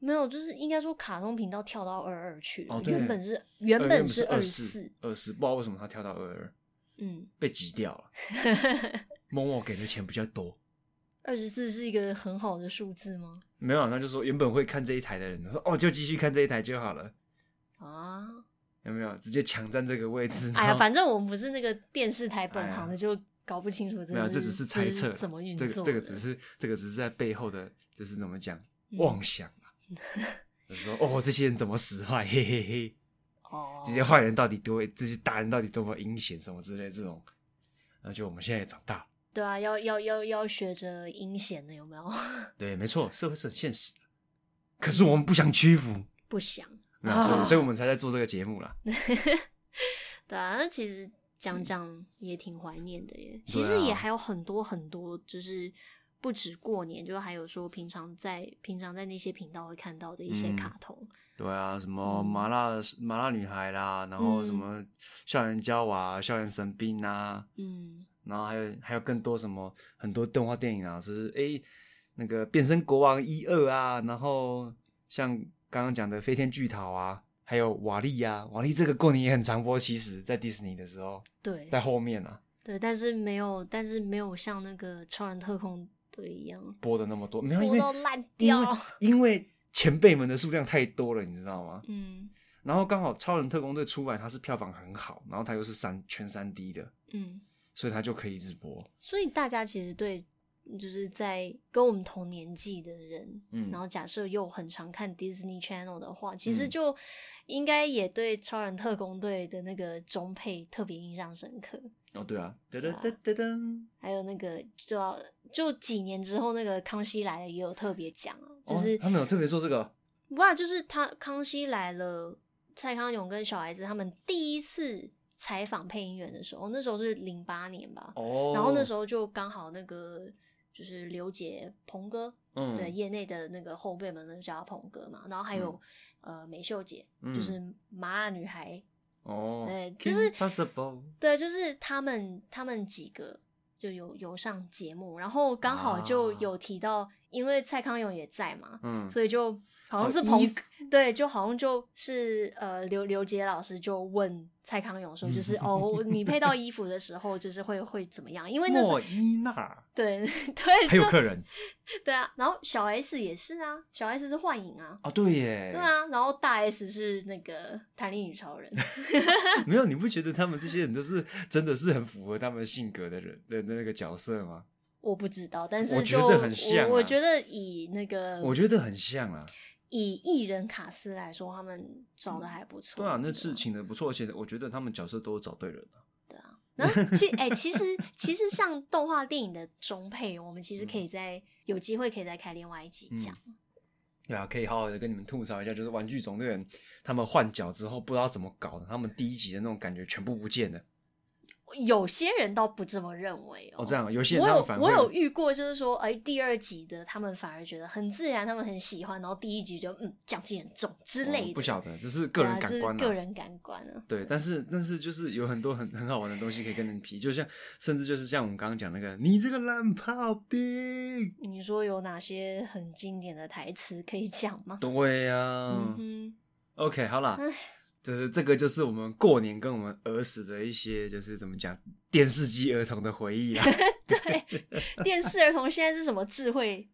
B: 没有，就是应该说卡通频道跳到二二去了，
A: 哦对
B: 原本是原
A: 呃
B: 本是
A: 二
B: 四，
A: 二四，不知道为什么他跳到二二，
B: 嗯，
A: 被挤掉 了。某某给的钱比较多，
B: 二十四是一个很好的数字吗？
A: 没有，啊他就说原本会看这一台的人，他说哦就继续看这一台就好了，
B: 啊，
A: 有没有？直接抢占这个位置。
B: 哎
A: 然
B: 呀，
A: 后
B: 反正我们不是那个电视台本
A: 哎呀
B: 行的，就搞不清楚这
A: 没有，
B: 是
A: 这只是猜测
B: 这
A: 啦，
B: 是怎么运
A: 这
B: 作
A: 个
B: 的，
A: 这个只是这个只是在背后的，就是怎么讲
B: 嗯
A: 妄想啊，就是说哦，这些人怎么使坏，嘿嘿嘿，
B: 哦
A: 这些坏人到底多，这些大人到底多么阴险，什么之类这种。而且我们现在也长大，
B: 对啊，要要要要学着阴险的，有没有？
A: 对，没错，社会是很现实的。可是我们不想屈服，
B: 不想。
A: 那所
B: 啊
A: 以所以我们才在做这个节目啦。
B: 对啊，那其实讲讲也挺怀念的耶。其
A: 嗯
B: 实
A: 对啊
B: 也还有很多很多，就是不止过年，就还有说平常在平常在那些频道会看到的一些
A: 嗯
B: 卡通。
A: 对啊，什么
B: 嗯
A: 麻辣麻辣女孩啦，然后什么校园娇娃、校园神兵啊，
B: 嗯，
A: 然后还有还有更多什么很多动画电影啊，就是诶、那个变身国王一二啊，然后像刚刚讲的飞天巨桃啊，还有瓦力啊，瓦力这个过年也很常播，其实在迪士尼的时候，
B: 对
A: 在后面啊
B: 对，但是没有，但是没有像那个超人特工队一样
A: 播的那么多，没有因
B: 播
A: 为
B: 到烂
A: 因为
B: 掉。
A: 因为前辈们的数量太多了，你知道吗？
B: 嗯
A: 然后刚好《超人特工队》出来，它是票房很好，然后它又是三全三 D 的，
B: 嗯，
A: 所以它就可以一直播。
B: 所以大家其实对。嗯就是在跟我们同年纪的人，
A: 嗯
B: 然后假设又很常看 Disney Channel 的话，其实
A: 嗯
B: 就应该也对超人特工队的那个中配特别印象深刻。
A: 哦，对啊，噔噔噔噔噔，
B: 还有那个就要就几年之后，那个《康熙来了》也有特别讲啊，就是
A: 哦、他们有特别做这个，
B: 哇，就是他《康熙来了》，蔡康永跟小孩子他们第一次采访配音员的时候，那时候是零八年吧，
A: 哦，
B: 然后那时候就刚好那个就是刘杰鹏哥，
A: 嗯
B: 对，业内的那个后辈们都叫他鹏哥嘛，然后还有、呃美秀姐，
A: 嗯
B: 就是麻辣女孩，
A: 哦，
B: 对，就是。
A: possible，
B: 对，就是他们他们几个就有有上节目，然后刚好就
A: 啊
B: 有提到，因为蔡康永也在嘛，
A: 嗯，
B: 所以就好像
A: 哦
B: 是彭、
A: 一
B: 对，就好像就是呃刘刘杰老师就问蔡康永说，就是
A: 嗯
B: 哦，你配到衣服的时候，就是会会怎么样？因为那时候
A: 莫伊娜
B: 对 对，
A: 还有
B: 就
A: 客人
B: 对啊，然后小 S 也是啊，小 S 是幻影啊。
A: 哦，对耶，
B: 对，啊，然后大 S 是那个弹力女超人，
A: 没有，你不觉得他们这些人都是真的是很符合他们性格的人的那个角色吗？
B: 我不知道，但是
A: 我觉
B: 就
A: 得很像
B: 我。我
A: 啊
B: 觉得以那个，
A: 我觉得很像啊，
B: 以艺人卡司来说，他们找的还不错。
A: 对啊，那是请的不错，而且我觉得他们角色都找对人了，
B: 然后其哎、其实其实像动画电影的中配，我们其
A: 嗯
B: 实可以再、有机会可以再开另外一集讲。
A: 对啊，可以好好的跟你们吐槽一下，就是《玩具总动员》他们换角之后不知道怎么搞的，他们第一集的那种感觉全部不见了。
B: 有些人倒不这么认为哦。
A: 哦，这样啊有些人
B: 我
A: 他
B: 有
A: 们反而
B: 我
A: 会
B: 有遇过，就是说，哎、第二集的他们反而觉得很自然，他们很喜欢，然后第一集就嗯讲劲很重之类的，
A: 哦不晓得，这是个人
B: 对啊
A: 感官、
B: 就是个人感官啊。
A: 对，但是但是就是有很多很很好玩的东西可以跟人比，就像甚至就是像我们刚刚讲那个，你这个烂炮兵。
B: 你说有哪些很经典的台词可以讲吗？
A: 对呀、
B: 嗯哼，
A: OK，好啦
B: 唉，
A: 就是这个就是我们过年跟我们儿时的一些就是怎么讲电视机儿童的回忆 啦。
B: 电视儿童现在是什么智慧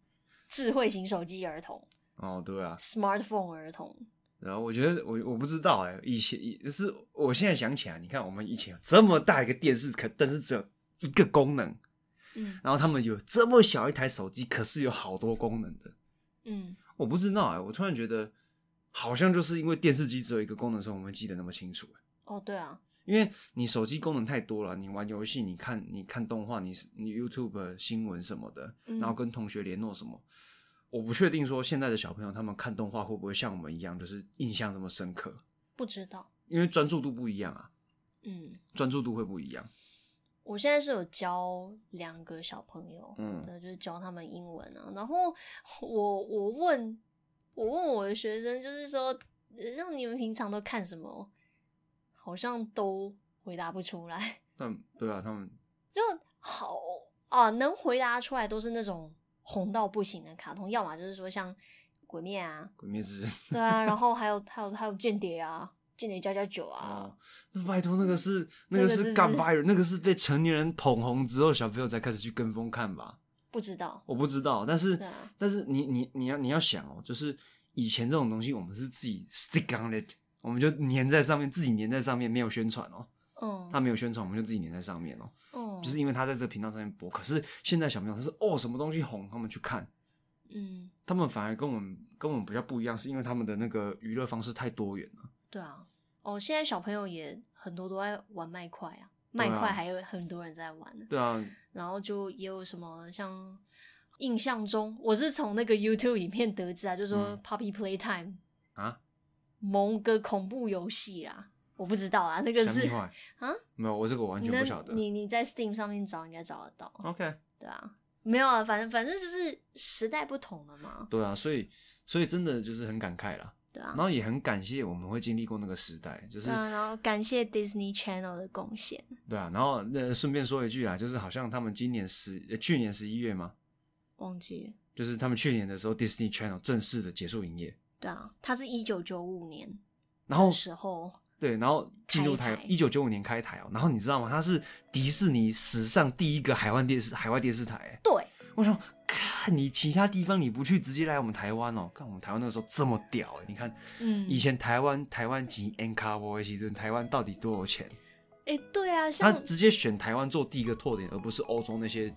B: 智慧型手机儿童
A: 哦，对啊，
B: ，smartphone 儿童？
A: 然后我觉得我我不知道哎、以前以是我现在想起来，你看我们以前有这么大一个电视，可但是只有一个功能，
B: 嗯
A: 然后他们有这么小一台手机，可是有好多功能的。
B: 嗯，
A: 我不知道哎、我突然觉得好像就是因为电视机只有一个功能的时候，我们记得那么清楚、欸
B: 哦对啊，
A: 因为你手机功能太多了，你玩游戏，你看你看动画，你你 YouTube 新闻什么的，
B: 嗯
A: 然后跟同学联络什么。我不确定说现在的小朋友他们看动画会不会像我们一样，就是印象这么深刻，
B: 不知道。
A: 因为专注度不一样啊，
B: 嗯，
A: 专注度会不一样。
B: 我现在是有教两个小朋友，
A: 嗯
B: 对，就是教他们英文啊。然后 我我问我问我的学生，就是说，呃让你们平常都看什么？好像都回答不出来，
A: 但对啊，他们
B: 就好啊，能回答出来都是那种红到不行的卡通，要么就是说像《鬼灭》啊，
A: 鬼灭之刃
B: 对啊，然后还有还有还有间谍啊，间谍加加九啊
A: 哦，，那拜托那个是那个
B: 那个就是
A: 是干 viral，那个是被成年人捧红之后，小朋友才开始去跟风看吧。
B: 不知道，
A: 我不知道，但是、
B: 对啊
A: 但是你你你要你要想哦，就是以前这种东西，我们是自己 stick on it，我们就粘在上面，自己粘在上面，没有宣传哦，
B: 嗯
A: 他没有宣传，我们就自己粘在上面哦，
B: 嗯，
A: 就是因为他在这个频道上面播。可是现在小朋友他是哦，什么东西红，他们去看，
B: 嗯，
A: 他们反而跟我们跟我们比较不一样，是因为他们的那个娱乐方式太多元了，
B: 对啊，哦，现在小朋友也很多都在玩麦块啊，麦
A: 对啊
B: 块还有很多人在玩呢。
A: 对啊，
B: 然后就也有什么像印象中，我是从那个 YouTube 影片得知啊，就说
A: 嗯
B: Puppy Playtime
A: 啊，
B: 某个恐怖游戏啦，我不知道啊，那个
A: 想
B: 是
A: 不坏
B: 啊，
A: 没有，我这个我完
B: 你
A: 全
B: 能
A: 不晓得。
B: 你你在 Steam 上面找应该找得到，
A: OK，
B: 对啊，没有啊，反正反正就是时代不同了嘛，
A: 对啊，所以所以真的就是很感慨啦，
B: 对啊
A: 然，后也很感谢我们会经历过那个时代，就是
B: 对啊，然后感谢 Disney Channel 的贡献，
A: 对啊，然后那顺便说一句啊，就是好像他们今年十呃去年十一月嘛，
B: 忘记了，
A: 就是他们去年的时候 Disney Channel 正式的结束营业，
B: 对啊，它是一九九五年
A: 然后
B: 的时候，
A: 对，然后进入
B: 哦开
A: 台
B: 台
A: 一九九五年开台哦，然后你知道吗？它是迪士尼史上第一个海外电视海外电视台欸。
B: 对，
A: 我想说，看你其他地方你不去，直接来我们台湾哦。看我们台湾那个时候这么屌哎，你看
B: 嗯，
A: 以前台湾台湾集 N 卡波其实台湾到底多有钱？
B: 哎、对啊，
A: 他
B: 像
A: 直接选台湾做第一个拓点，而不是欧洲那些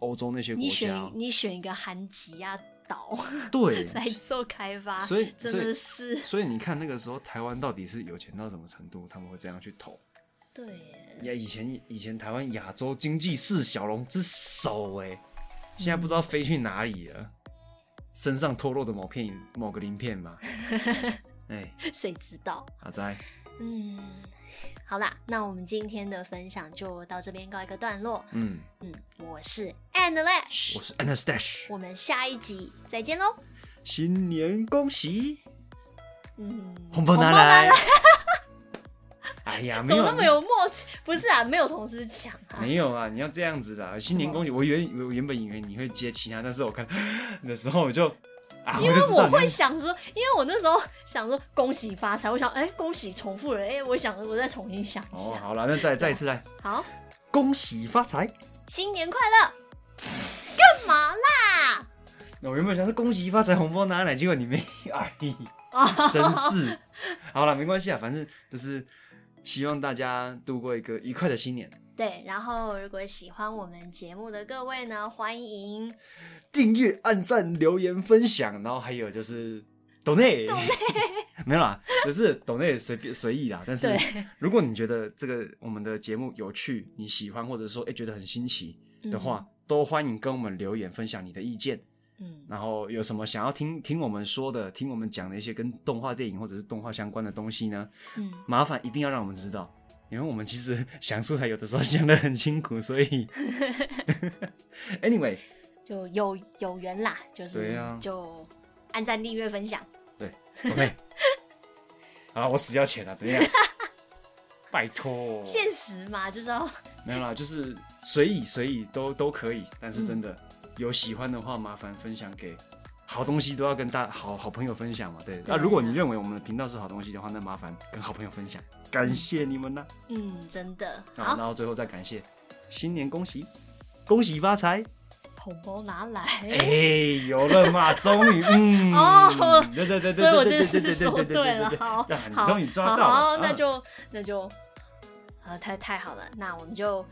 A: 欧洲那些国
B: 你
A: 家
B: 选
A: 哦。
B: 你选一个韩籍呀 岛
A: 对，
B: 来做开发，
A: 所以
B: 真
A: 所以
B: 的是
A: 所以你看那个时候台湾到底是有钱到什么程度，他们会这样去投。
B: 对耶
A: 呀，以前以前台湾亚洲经济四小龙之首哎，现在不知道飞去哪里了，身上脱落的某片某个鳞片 嘛。哎，
B: 谁知道？
A: 阿仔，
B: 嗯，好啦，那我们今天的分享就到这边告一个段落。
A: 嗯，
B: 嗯，我是 And Lash，
A: 我是 Anastash，
B: 我们下一集再见喽。
A: 新年恭喜，
B: 嗯，
A: 红包拿
B: 拿
A: 来。 哎呀，没
B: 怎么
A: 有
B: 那么
A: 啊。
B: 有默契？不是啊，没有同时讲啊。哦
A: 没有啊，你要这样子啦！新年恭喜！我原我原本以为你会接其他，但是我看的时候我就啊，
B: 因
A: 就
B: 为
A: 知道
B: 我
A: 你要
B: 会想说，因为我那时候想说恭喜发财，我想哎、恭喜重复了，哎、我想我再重新想一
A: 哦，
B: 下。
A: 好了，那再再一次来，
B: 好，
A: 恭喜发财！
B: 新年快乐！干嘛啦？
A: 那我原本想是恭喜发财，红包拿来，结果你没，哎，
B: 啊，
A: 真是。好了，没关系啊，反正就是希望大家度过一个愉快的新年。
B: 对，然后如果喜欢我们节目的各位呢，欢迎
A: 订阅、按赞、留言、分享，然后还有就是抖内， 没有啦，就是抖内随便随意啦。但是
B: 对
A: 如果你觉得这个我们的节目有趣，你喜欢或者说哎、觉得很新奇的话，都欢迎跟我们留言分享你的意见。
B: 嗯，
A: 然后有什么想要听听我们说的，听我们讲的一些跟动画电影或者是动画相关的东西呢？
B: 嗯
A: 麻烦一定要让我们知道，因为我们其实 想素材有的时候想的很辛苦，所 以 anyway，
B: 就有有缘啦，就是、
A: 对哦啊
B: 就按赞、订阅、分享。
A: 对，OK，啊，我死要钱了，怎 样？拜托，
B: 现实嘛，就是要
A: 没有啦，就是随意随意都都可以，但是真的、
B: 嗯
A: 有喜欢的话，麻烦分享给。好东西都要跟大好好朋友分享嘛，对。那、
B: 对啊
A: 如果你认为我们的频道是好东西的话，那麻烦跟好朋友分享，感谢你们呐、
B: 嗯，真的
A: 啊
B: 好，
A: 然后最后再感谢，新年恭喜，恭喜发财！
B: 红包拿来。
A: 哎、有了 嘛，终于，嗯，
B: 哦
A: 对对对对，
B: 所以我
A: 对
B: 这
A: 对
B: 次
A: 对
B: 是说
A: 对对
B: 对了，
A: 对
B: 好，
A: 对对你
B: 好
A: 终于抓到了，
B: 好好
A: 啊
B: 那就那就，啊，太太好了，那我们就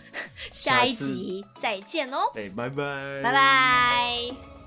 B: 下
A: 下
B: 一
A: 次
B: 集再见喽，
A: 哎对，拜拜，
B: 拜。拜。